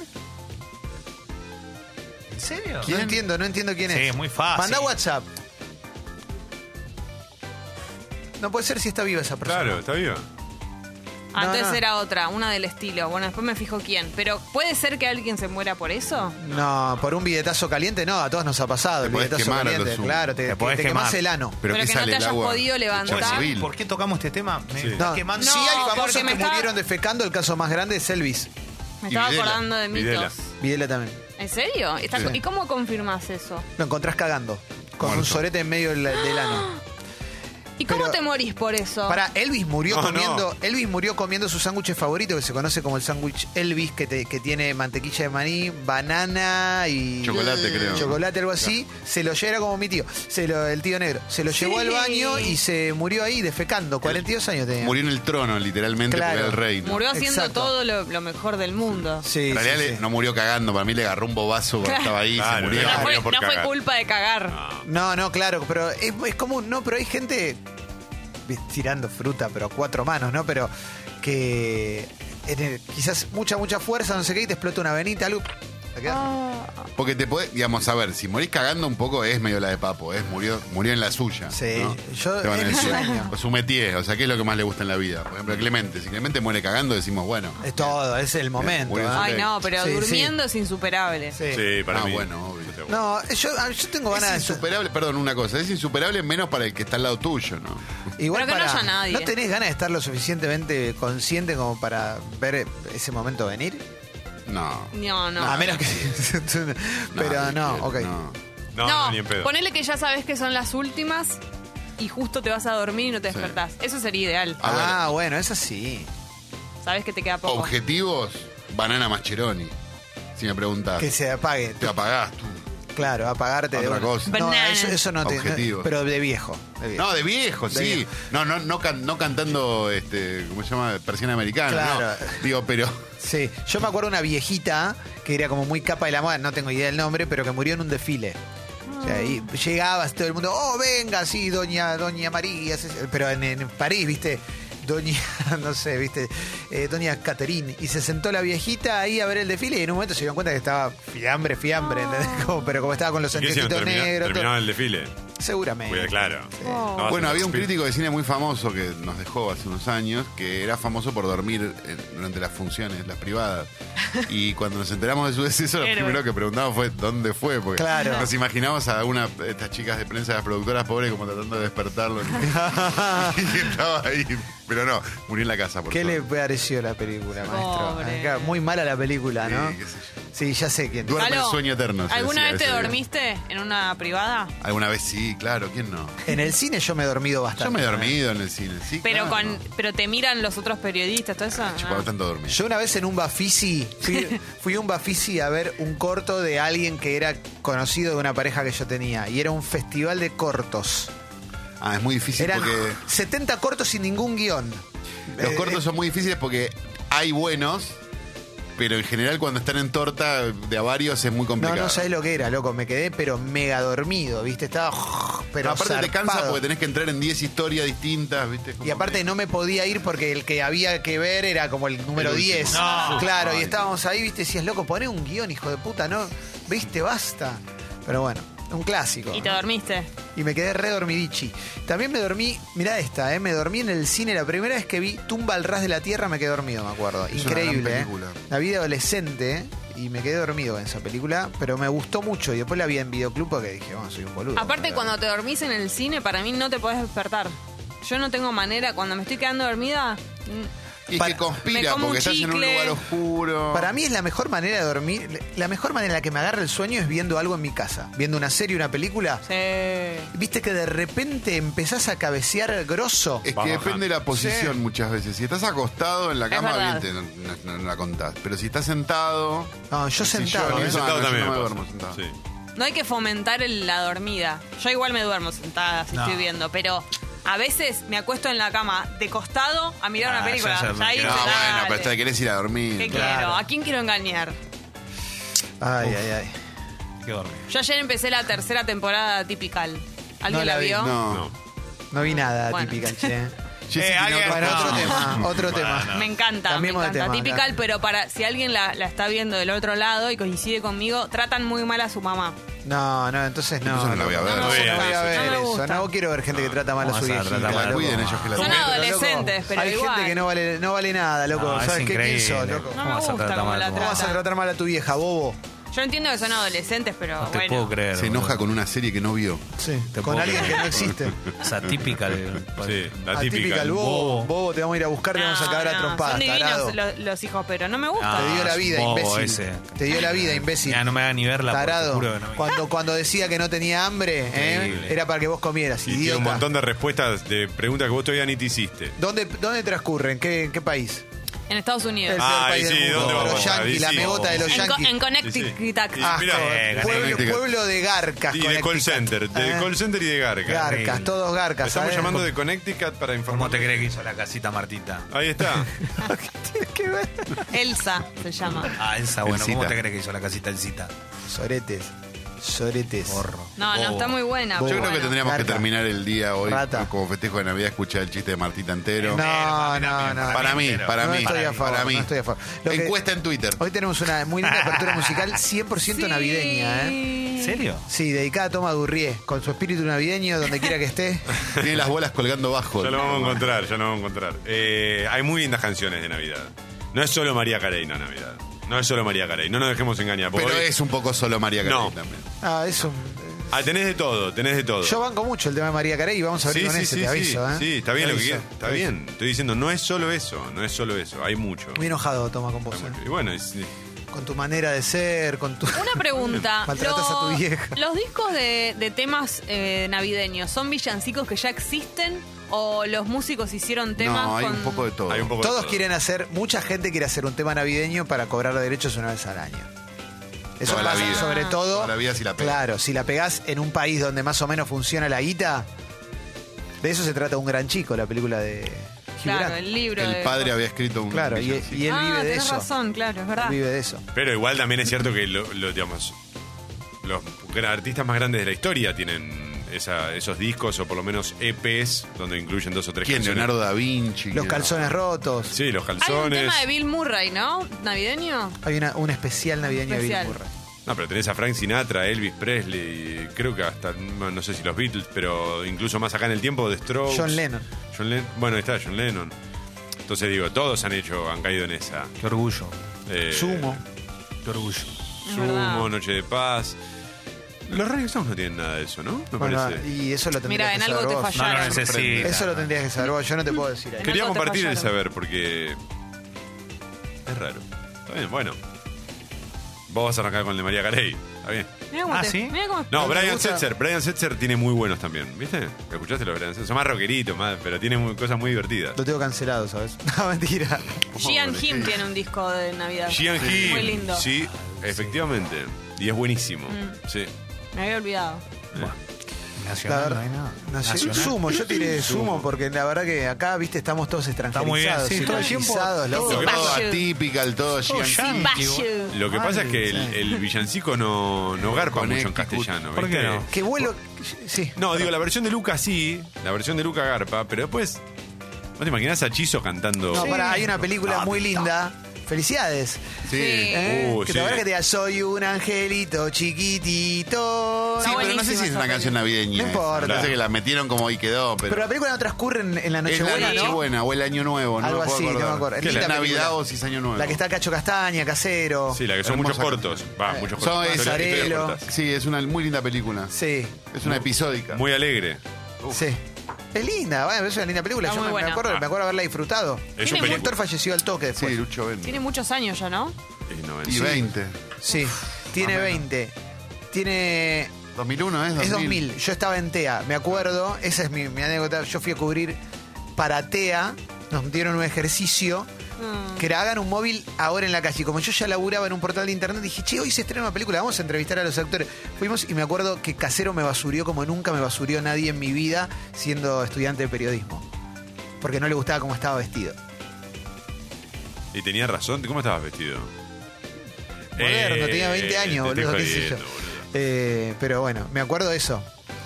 S6: ¿En serio?
S1: No entiendo, no entiendo quién
S6: Sí,
S1: es.
S6: muy fácil.
S1: Manda WhatsApp. No puede ser si está viva esa persona.
S2: Claro, está viva.
S3: Ah,
S1: No,
S3: entonces
S1: no.
S3: era otra, una del estilo. Bueno, después me fijo quién. Pero ¿puede ser que alguien se muera por eso?
S1: No, por un billetazo caliente no, a todos nos ha pasado.
S4: Te
S1: el
S4: podés
S1: billetazo
S4: quemar a lo
S1: caliente,
S4: sumo.
S1: claro, te,
S6: Te
S1: te,
S6: podés
S1: te quemás
S6: quemar.
S1: el ano.
S3: Pero
S4: Pero, ¿qué
S3: que no
S4: sale
S3: te
S4: el
S3: hayas
S4: agua?
S3: podido levantar.
S4: Bueno, civil.
S6: ¿Por qué tocamos este tema? Me
S2: Sí.
S6: está
S1: No,
S6: quemando.
S1: sí hay famosos
S3: porque
S1: que
S3: me estaba-
S1: murieron defecando, el caso más grande es Elvis.
S3: Me
S4: Y
S3: estaba
S4: Videla,
S3: acordando de mitos.
S2: Videla.
S1: Videla también.
S3: ¿En serio? Está-
S1: Sí.
S3: ¿Y cómo confirmas eso?
S1: Lo encontrás cagando, con un
S4: Muerto.
S1: sorete en medio del, del ano.
S3: ¿Y cómo
S1: Pero-
S3: te morís por eso?
S1: Para Elvis murió
S2: No,
S1: comiendo, Elvis murió comiendo su sándwich favorito que se conoce como el sándwich Elvis que, te- que tiene mantequilla de maní, banana y
S4: Chocolate, creo.
S1: chocolate algo así. Se lo lleva era como mi tío, se lo, el tío negro, se lo llevó
S3: Sí.
S1: al baño y se murió ahí defecando. 42 años tenía.
S4: Murió en el trono, literalmente,
S1: Claro.
S4: porque era el rey. ¿no?
S3: Murió haciendo
S1: Exacto.
S3: todo lo, lo mejor del mundo.
S1: Sí,
S4: En
S1: sí,
S4: realidad
S1: sí.
S4: le- no murió cagando, para mí le agarró un bobazo porque
S3: Claro.
S4: estaba ahí, se
S2: Claro,
S4: murió.
S3: No,
S2: claro.
S3: fue,
S2: murió por
S3: no fue
S2: cagar.
S3: culpa de cagar.
S1: No, no, claro, pero es, es común, ¿no? Pero hay gente ves, tirando fruta, pero a cuatro manos, ¿no? Pero que en el- quizás mucha, mucha fuerza, no sé qué, y te explota una venita, algo. te quedas-
S4: Porque te podés, digamos, a ver, si morís cagando un poco es medio la de papo, es murió, murió en la suya.
S1: Sí,
S4: ¿no?
S1: yo-
S4: Te van a
S1: es mi
S4: decir,
S1: sueño.
S4: o su métier, o sea, ¿qué es lo que más le gusta en la vida? Por ejemplo, Clemente, si Clemente muere cagando, decimos, bueno.
S1: Es todo, es el momento.
S4: Bien,
S1: ¿eh?
S4: Ah,
S3: Ay,
S4: ok.
S3: no, pero
S1: Sí, sí.
S3: durmiendo es insuperable.
S1: Sí.
S2: Sí, para
S4: Ah,
S2: mí.
S4: bueno, obvio.
S1: No, yo, ah, yo tengo
S4: Es
S1: ganas de.
S4: insuperable, perdón, una cosa, es insuperable menos para el que está al lado tuyo, ¿no?
S1: Igual
S3: Pero que no
S1: para-
S3: haya nadie.
S1: ¿No tenés ganas de estar lo suficientemente consciente como para ver ese momento venir?
S4: No.
S3: No, no.
S1: A menos que. pero no, ok.
S4: no.
S2: No, no, ni en pedo.
S3: ponele que ya sabes que son las últimas y justo te vas a dormir y no te
S4: Sí.
S3: despertás. Eso sería ideal.
S4: A ver.
S1: Ah, bueno, eso sí.
S3: Sabes que te queda poco.
S4: Objetivos, banana mascheroni. Si me preguntas,
S1: Que se apague.
S4: te apagás tú.
S1: Claro, apagarte de
S4: Otra
S1: una.
S4: cosa.
S1: No,
S3: Banana.
S1: eso, eso no te.
S4: Objetivo.
S1: pero de viejo. de viejo.
S4: No, de viejo,
S1: De
S4: sí.
S1: viejo.
S4: No, no, no, can- no cantando, este, ¿cómo se llama? Persiana americana.
S1: Claro.
S4: No. Digo, pero.
S1: Sí, yo me acuerdo una viejita que era como muy capa de la moda, no tengo idea del nombre, pero que murió en un desfile. O sea, y llegabas todo el mundo, oh, venga, sí, doña, doña María, sí, sí". pero en, en París, viste, doña, no sé, viste, eh, doña Caterine, y se sentó la viejita ahí a ver el desfile y en un momento se dieron cuenta que estaba fiambre, fiambre, ¿entendés? Como- pero como estaba con los
S2: ¿Qué hicieron?
S1: anteojitos
S2: Termina-
S1: negros, todo-
S2: Terminaron el desfile.
S1: seguramente.
S2: Cuida, claro. No vas a
S4: Bueno, había un
S2: desfile.
S4: crítico de cine muy famoso que nos dejó hace unos años, que era famoso por dormir eh, durante las funciones, las privadas. Y cuando nos enteramos de su deceso, lo
S3: Héroe.
S4: primero que preguntamos fue dónde fue, porque
S1: Claro.
S4: nos imaginamos a una de estas chicas de prensa, las productoras pobres, como tratando de despertarlo. y estaba ahí. Pero no, murió en la casa, por
S1: ¿Qué le
S4: favor.
S1: pareció la película, maestro?
S3: Pobre.
S1: Acá, muy mala la película,
S4: Sí,
S1: ¿no?
S4: qué sé yo.
S1: Sí, ya sé quién.
S4: Duerme
S3: Aló,
S4: el sueño eterno. se
S3: ¿Alguna
S4: decía
S3: vez te
S4: ese día.
S3: dormiste en una privada?
S4: Alguna vez sí, claro, ¿quién no?
S1: En el cine yo me he dormido bastante.
S4: Yo me he dormido en el cine, sí.
S3: Pero
S4: claro.
S3: con, pero te miran los otros periodistas, todo eso.
S4: Chupaba
S3: ¿no?
S4: tanto dormir.
S1: Ah. Yo una vez en un Bafisi, fui, fui a un Bafisi a ver un corto de alguien que era conocido de una pareja que yo tenía. Y era un festival de cortos.
S4: Ah, es muy difícil
S1: Eran
S4: porque.
S1: 70 cortos sin ningún guión.
S4: Los
S1: Eh,
S4: cortos son muy difíciles porque hay buenos, pero en general cuando están en torta de a varios es muy
S1: No,
S4: complicado.
S1: no sabes lo que era, loco. Me quedé, pero mega dormido, ¿viste? Estaba. Pero
S4: aparte te cansa
S1: zarpado.
S4: porque tenés que entrar en 10 historias distintas, ¿viste? Es como
S1: Y aparte
S4: que-
S1: no me podía ir porque el que había que ver era como el número
S4: El último.
S1: 10.
S5: No.
S1: Claro, y
S4: Ay.
S1: estábamos ahí, viste, decías, loco, poné un guión, hijo de puta, ¿no? Viste, basta. Pero bueno, un clásico.
S3: Y te
S1: ¿no?
S3: dormiste.
S1: Y me quedé re dormidichi. También me dormí, mirá esta, ¿eh? me dormí en el cine. La primera vez que vi Tumba al ras de la tierra me quedé dormido, me acuerdo.
S4: Es una gran
S1: Increíble, ¿eh?
S4: película.
S1: La vi de adolescente ¿eh? y me quedé dormido en esa película, pero me gustó mucho. Y después la vi en videoclub porque dije, bueno, soy un boludo.
S3: Aparte,
S1: Pero-
S3: cuando te dormís en el cine, para mí no te podés despertar. Yo no tengo manera, cuando me estoy quedando dormida, mm,
S4: Y es
S1: Para-
S4: que
S3: Me
S4: conspira
S3: como un
S4: porque estás en un
S3: chicle.
S4: lugar oscuro.
S1: Para mí es la mejor manera de dormir. La mejor manera en la que me agarra el sueño es viendo algo en mi casa. Viendo una serie, una película.
S3: Sí.
S1: Viste que de repente empezás a cabecear grosso.
S4: Es
S2: Va
S4: que
S2: bajando.
S4: depende de la posición muchas veces. Si estás acostado en la
S3: Es
S4: cama, bien,
S3: verdad.
S4: te, no, no- no la contás. Pero si estás sentado.
S1: No, yo
S4: en el
S1: sentado,
S4: sillón,
S1: ¿eh?
S4: eso-
S2: Sentado
S4: no, yo
S2: también
S4: no me
S2: me
S4: duermo
S2: pasa.
S4: sentado.
S2: Sí.
S3: No hay que fomentar el- la dormida. Yo igual me duermo sentada si
S6: No.
S3: estoy viendo, pero a veces me acuesto en la cama de costado a mirar
S6: Ah,
S3: una
S6: ya
S3: película.
S6: se
S3: Ya ahí
S6: me- Ah,
S3: dice,
S4: No,
S6: Dale.
S4: bueno, pero
S3: "Dale,
S4: te querés ir a dormir.
S3: ¿Qué
S6: Claro.
S3: quiero? ¿A quién quiero engañar?
S1: Ay, ay, ay.
S6: Qué dormido.
S3: Yo ayer empecé la tercera temporada Typical. ¿Alguien
S1: No la
S3: la,
S1: vi,
S3: vio?
S4: No.
S1: No vi nada
S3: Bueno.
S1: típica, che.
S4: Jessy
S6: Eh,
S4: tiene otro-
S6: alguien-
S1: Bueno, otro
S6: No.
S1: tema, otro tema.
S3: Me encanta,
S1: Cambiemos
S3: me
S1: de
S3: encanta.
S1: tema,
S3: Typical,
S1: claro.
S3: pero para si alguien la, la está viendo del otro lado y coincide conmigo, tratan muy mal a su mamá.
S1: No, no, entonces no.
S4: Entonces no la voy a ver.
S3: No me
S2: voy a
S1: No voy a
S3: ver
S1: ver
S3: eso. No me
S1: eso.
S3: gusta.
S1: No quiero ver gente que trata mal a
S6: Vamos
S1: su
S6: a
S1: viejita.
S6: tratar mal.
S1: loco.
S4: Cuiden ellos que la
S3: Son
S4: tomen.
S1: loco,
S3: adolescentes, pero
S1: Hay
S3: igual.
S1: gente que no vale, no vale nada, loco.
S6: No, es
S1: ¿Sabes qué? ¿Quién
S6: increíble.
S1: sos, loco?
S3: No
S6: ¿Cómo
S3: me
S6: vas a
S3: gusta
S6: tratar
S3: cómo
S6: mal a
S3: la
S6: tu
S1: ¿Cómo
S6: mamá?
S1: vas a
S3: tratan.
S1: tratar mal a tu vieja, bobo?
S3: Yo entiendo que son adolescentes, pero
S6: No te
S3: bueno.
S6: puedo creer.
S4: Se enoja
S6: boludo.
S4: con una serie que no vio.
S1: Sí.
S6: Te
S1: Con
S6: puedo
S1: alguien que
S6: creer.
S1: no existe.
S6: Esa típica. del-
S2: Sí, la
S1: Atípica
S2: típica. Oh,
S1: el bobo. Bobo, te vamos a ir a buscar, te vamos a
S3: No,
S1: cagar a
S3: no,
S1: trompadas,
S3: Son
S1: tarado.
S3: divinos los, los hijos, pero no me gusta.
S6: Ah,
S1: Te dio la vida,
S6: es un bobo
S1: imbécil.
S6: ese.
S1: Te dio la vida, imbécil.
S6: Ya no me haga ni verla. porque te
S1: Tarado.
S6: juro que no me-
S1: cuando, cuando decía que no tenía hambre, ¿eh?
S6: Increíble.
S1: era para que vos comieras.
S2: Y tiene
S1: idiota.
S2: un montón de respuestas de preguntas que vos todavía ni te hiciste.
S1: ¿Dónde, ¿Dónde transcurre? ¿En qué, en qué país?
S3: En Estados Unidos.
S1: El
S2: Ah,
S1: peor país
S2: sí,
S1: del mundo.
S2: ¿dónde
S1: Los
S2: vamos?
S1: yanquis,
S2: Ahí
S1: la
S2: sí.
S1: megota de los
S3: en, co-
S1: yanquis.
S3: en Connecticut.
S2: Sí, sí.
S3: Ah,
S1: Asco.
S2: mirá,
S6: eh,
S1: pueblo,
S4: Connecticut.
S1: pueblo de garcas.
S2: Y de call
S1: Connecticut.
S2: center, de
S1: Eh,
S2: call center y de garca.
S1: Garcas, todos garcas.
S2: Estamos
S1: ¿sabes?
S2: llamando de Connecticut para
S6: ¿Cómo
S2: informar.
S6: te crees que hizo la casita Martita?
S2: Ahí está.
S1: ¿Qué tiene que ver?
S3: Elsa se llama.
S6: Ah, Elsa, bueno, ¿cómo
S4: Elcita.
S6: te crees que hizo la casita Elcita?
S1: Soretes. Soretes.
S6: Porro.
S3: No, no,
S6: Bobo.
S3: está muy buena.
S1: Yo
S4: Yo
S3: pero
S4: creo que
S3: bueno.
S4: tendríamos que
S1: Garca.
S4: terminar el día hoy
S1: Rata. Eh,
S4: como festejo de Navidad, escuchar el chiste de Martita entero.
S1: No, no, no.
S4: Para mí, para
S1: No
S4: mí.
S1: estoy a favor,
S4: para mí.
S1: no estoy a favor. Lo que-
S4: Encuesta en Twitter.
S1: Hoy tenemos una muy linda apertura musical 100% navideña, ¿eh?
S6: ¿En serio?
S1: Sí, dedicada a Toma Durrié, con su espíritu navideño, donde quiera que esté.
S4: Tiene las bolas colgando bajo.
S2: Ya lo vamos a encontrar, ya lo vamos a encontrar. Eh, hay muy lindas canciones de Navidad. No es solo María Carey, no, Navidad. No es solo María Carey, no nos dejemos engañar. porque
S4: Pero
S2: hoy-
S4: es un poco solo María Carey
S2: No.
S4: también.
S1: Ah, eso.
S2: Ah, tenés de todo, tenés de todo.
S1: Yo banco mucho el tema de María Carey y vamos a abrir
S2: sí,
S1: con
S2: sí,
S1: ese,
S2: sí,
S1: te
S2: sí,
S1: aviso, ¿eh?
S2: sí, está bien
S1: Te
S2: lo que
S1: aviso,
S2: quieras, Está
S1: te aviso.
S2: bien. Estoy diciendo, no es solo eso, no es solo eso, hay mucho.
S1: Muy enojado, Toma, con vos.
S2: Hay
S1: ¿eh?
S2: mucho. Y bueno, es-
S1: Con tu manera de ser, con tu.
S3: Una pregunta.
S1: Maltratas a tu
S3: Lo-
S1: vieja.
S3: ¿Los discos de, de temas eh, navideños son villancicos que ya existen o los músicos hicieron temas
S4: No, hay
S3: con...
S4: un poco de todo.
S2: hay un poco de
S1: Todos
S2: todo.
S1: quieren hacer, mucha gente quiere hacer un tema navideño para cobrar derechos una vez al año. Eso
S4: Toda la
S1: pasa
S4: vida.
S1: sobre todo.
S4: Toda la vida si la pegas.
S1: Claro, si la pegás en un país donde más o menos funciona la guita. De eso se trata un gran chico, la película de Hugh
S3: Claro,
S1: Grant.
S3: el libro
S4: El
S3: de-
S4: padre había escrito un.
S1: Claro, y, y él
S3: ah,
S1: vive de
S3: tenés
S1: eso.
S3: razón, Ah. claro, es
S1: Él
S3: verdad.
S1: vive de eso.
S2: Pero igual también es cierto que lo, lo, digamos, los gran- artistas más grandes de la historia tienen esa- esos discos o por lo menos EPs donde incluyen dos o tres
S4: ¿Quién?
S2: canciones.
S4: Leonardo da Vinci.
S1: Los
S4: ¿Quién?
S1: calzones rotos.
S2: Sí, los
S3: Hay un
S2: calzones.
S3: tema de Bill Murray, ¿no? ¿Navideño?
S1: Hay una- un especial navideño
S3: Especial.
S1: de Bill Murray.
S2: No, pero tenés a Frank Sinatra, Elvis Presley, creo que hasta, no no sé si los Beatles, pero incluso más acá en el tiempo, de Strokes.
S1: John Lennon.
S2: John Lennon. Bueno, ahí está John Lennon. Entonces digo, todos han hecho, han caído en esa.
S6: Qué orgullo.
S2: Eh,
S1: Sumo.
S6: Qué orgullo.
S3: Es
S2: Sumo,
S3: verdad.
S2: Noche de Paz. Los Rolling Stones no tienen nada de eso, ¿no? Me
S1: Bueno,
S2: parece.
S1: y eso lo tendrías
S3: Mira, en
S1: que
S3: algo
S1: saber
S3: te
S1: vos.
S6: No lo
S3: fallaron.
S6: necesita.
S1: Eso lo tendrías que saber vos, yo no te puedo decir ahí.
S3: ¿Qué-
S2: Quería
S3: algo te
S2: compartir el
S3: fallaron.
S2: saber porque es raro. Está bien, bueno. Vos vas a arrancar con el de María Carey. Está bien.
S3: Mirá cómo
S6: Ah,
S3: te-
S6: ¿sí?
S3: mirá cómo-
S1: ¿No
S2: No,
S1: te
S2: Brian
S1: gusta?
S2: Setzer. Brian Setzer tiene muy buenos también, ¿viste? ¿Escuchaste los Brian Setzer? Son más rockeritos, más, pero tiene muy- cosas muy divertidas.
S1: Lo tengo cancelado, ¿sabes? No, mentira.
S3: Gian Him tiene un disco de Navidad.
S2: Gian Hill.
S3: Muy lindo. Mm.
S2: Sí, efectivamente. Y es buenísimo. Sí.
S3: Me había olvidado.
S1: La
S6: Nacional, no
S1: verdad,
S6: hay nada.
S1: no sé.
S6: Nacional.
S1: Sumo, yo tiré sumo porque la verdad que acá, viste, estamos todos
S6: muy bien,
S1: extranjerizados.
S6: sí, todo el tiempo-
S1: extranjerizados, loco.
S2: Lo que
S4: Todo
S2: pasa-
S4: atípica, el todo gigante.
S3: Bashu.
S2: Lo que pasa es que el, el villancico no, no garpa mucho en
S4: Connecticut.
S2: castellano.
S6: ¿Por qué
S2: ¿viste?
S6: no?
S1: Que vuelo. Sí.
S2: No, digo, la versión de Luca sí, la versión de Luca Garpa, pero después. ¿No te imaginas a Chizo cantando?
S1: No, pará, hay una película muy linda. Felicidades.
S4: Sí.
S1: ¿eh?
S2: Uh,
S1: que
S2: sí.
S1: te que te diga, soy un angelito chiquitito.
S4: Sí, pero no sé
S3: buenísima
S4: si es
S3: esa
S4: una
S3: peli.
S4: canción navideña.
S1: No importa.
S4: Parece que la metieron como y quedó, pero.
S1: pero la película no transcurre en, en la
S4: es la
S1: Nochebuena, ¿no?
S4: Nochebuena o el Año Nuevo, no
S1: Algo
S4: me puedo
S1: así, no me
S4: acordar.
S1: acuerdo. Es
S4: ¿Qué es
S1: linda
S4: Navidad
S1: película.
S4: o si es Año Nuevo?
S1: La que está Cacho Castaña, Casero.
S2: Sí, la que son
S4: Hermosa
S2: muchos cortos. Va, muchos
S4: Son
S2: cortos.
S4: esas-
S2: Historias- historias
S1: Arelo.
S2: cortas.
S4: Sí, es una muy linda película.
S1: Sí,
S4: Es una episódica.
S2: Muy alegre.
S1: sí. Es linda, bueno, es una linda película.
S3: Está
S1: Yo me,
S3: muy
S1: me
S3: buena.
S1: acuerdo, me acuerdo haberla disfrutado.
S2: Es
S3: Tiene
S2: un
S1: El
S2: película.
S1: actor falleció al toque después.
S4: Sí, Lucho Ben.
S3: Tiene muchos años ya, ¿no?
S2: Es noventa.
S4: Y 20.
S1: Sí, tiene 20. Tiene.
S4: 2001 es 2000.
S1: Es 2000. Yo estaba en TEA, me acuerdo. Esa es mi, mi anécdota. Yo fui a cubrir para TEA. Nos dieron un ejercicio que era hagan un móvil ahora en la calle. Y como yo ya laburaba en un portal de internet, dije, che, hoy se estrena una película, vamos a entrevistar a los actores. Fuimos y me acuerdo que Casero me basurió como nunca me basurió nadie en mi vida siendo estudiante de periodismo. Porque no le gustaba cómo estaba vestido.
S2: Y tenía razón. ¿Cómo estabas vestido?
S1: Moderno,
S2: Eh,
S1: tenía 20 años,
S2: te estoy
S1: boludo, qué sé yo.
S2: jodiendo, boludo.
S1: Eh, pero bueno, me acuerdo de eso.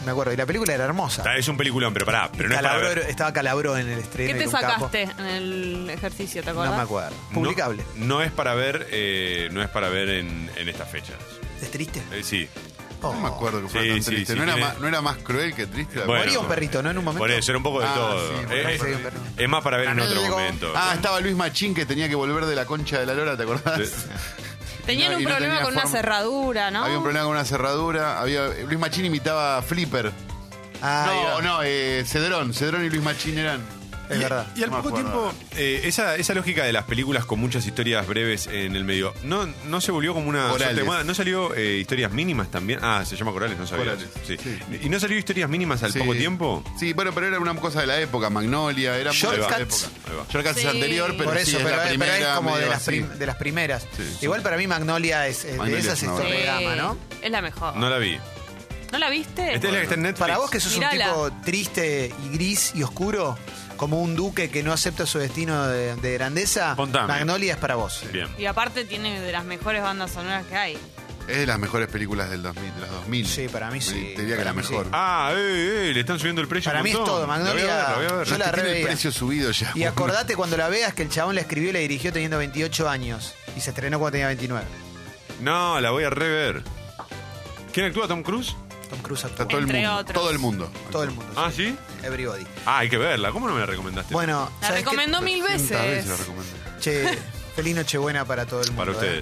S1: Me acuerdo. Y la película era hermosa.
S2: Está, Es un peliculón, pero pará, pero no es para
S1: Calabro-
S2: ver.
S1: estaba Calabro en el estreno.
S3: ¿Qué
S1: era
S3: te
S1: un capo.
S3: sacaste en el ejercicio, te acordás?
S1: No me acuerdo.
S2: No-
S1: Publicable.
S2: No, es para ver, eh, no es para ver en, en estas fechas.
S1: ¿Es triste?
S2: Eh, sí.
S1: Oh.
S4: No me acuerdo que fuera
S2: Sí,
S4: tan
S2: sí,
S4: triste.
S2: sí,
S4: no, era
S2: tiene-
S4: más, no era más cruel que triste. la
S2: Bueno.
S1: Moría un perrito, ¿no? En un momento.
S2: Por eso, era un poco de
S4: Ah,
S2: todo.
S4: sí,
S2: Eh,
S1: bueno,
S2: es,
S1: sí, pero-
S2: es más para ver en
S1: También
S2: otro
S1: llegó-
S2: momento.
S4: Ah, estaba Luis Machín que tenía que volver de la concha de la lora, ¿te acordás?
S2: Sí.
S3: Tenían
S4: No,
S3: un
S4: y no
S3: problema
S4: tenía
S3: con una
S4: forma.
S3: cerradura, ¿no?
S4: Había un problema con una cerradura. Había, Luis Machín imitaba a Flipper.
S1: Ah, ahí
S4: no,
S1: va.
S4: no, eh, Cedrón. Cedrón y Luis Machín eran.
S1: Es verdad.
S2: Y al
S4: No me
S2: poco
S4: acuerdo.
S2: tiempo, eh, esa, esa lógica de las películas con muchas historias breves en el medio, ¿no, no se volvió como una
S4: Corales.
S2: suerte de moda? ¿No salió eh, historias mínimas también? Ah, se llama Corales, no sabía.
S4: Corales,
S2: Sí.
S4: sí.
S2: ¿Y no salió historias mínimas al
S4: Sí.
S2: poco tiempo?
S4: Sí, bueno, pero era una cosa de la época. Magnolia, era muy de la
S1: Shortcuts.
S4: época.
S2: Ahí va.
S4: Shortcuts
S3: Sí.
S4: es anterior, pero
S1: Por
S4: sí,
S1: eso,
S4: es
S1: pero,
S4: la
S1: pero
S4: primera.
S1: es como de
S4: medio
S1: las,
S4: así.
S1: prim- de las primeras.
S4: Sí, sí.
S1: Igual para mí Magnolia es, eh,
S4: Magnolia
S1: de esas
S4: es una
S1: es
S4: obra.
S1: otro programa, ¿no?
S3: Es la mejor.
S2: No la vi.
S3: ¿No la viste?
S4: Este-
S2: Esta es la que está en Netflix.
S1: Para vos que sos
S3: Mirala.
S1: un tipo triste y gris y oscuro, como un duque que no acepta su destino de, de grandeza,
S2: Contame.
S1: Magnolia es para vos.
S2: Bien.
S3: Y aparte tiene de las mejores bandas sonoras que hay.
S4: Es de las mejores películas del 2000, de los 2000.
S1: Sí, para mí sí,
S4: Te diría que
S1: para
S4: la
S1: mí sí.
S4: mejor.
S2: Ah, eh, eh, le están subiendo el precio.
S1: Para
S2: un
S1: mí es
S2: montón.
S1: todo,
S2: La voy a ver, la voy a ver.
S1: Yo
S4: Es
S1: la
S4: que tiene el
S1: reveía.
S4: precio subido ya.
S1: Y acordate cuando la veas que el chabón la escribió y la dirigió teniendo 28 años y se estrenó cuando tenía 29.
S2: No, la voy a rever. ¿Quién actúa? ¿Tom Cruise?
S1: Tom Cruise
S4: Está
S1: actuó.
S4: todo el
S3: Entre
S4: mundo.
S3: otros.
S4: Todo el mundo.
S1: Todo el mundo.
S2: Ah, ¿sí?
S1: Everybody.
S2: Ah, hay que verla. ¿Cómo no me la recomendaste?
S1: Bueno,
S3: La
S1: ¿sabes qué?
S3: recomendó mil
S4: 300
S3: veces.
S4: la recomendé.
S1: Che, feliz Nochebuena para todo el mundo.
S2: Para
S1: ¿eh?
S2: ustedes.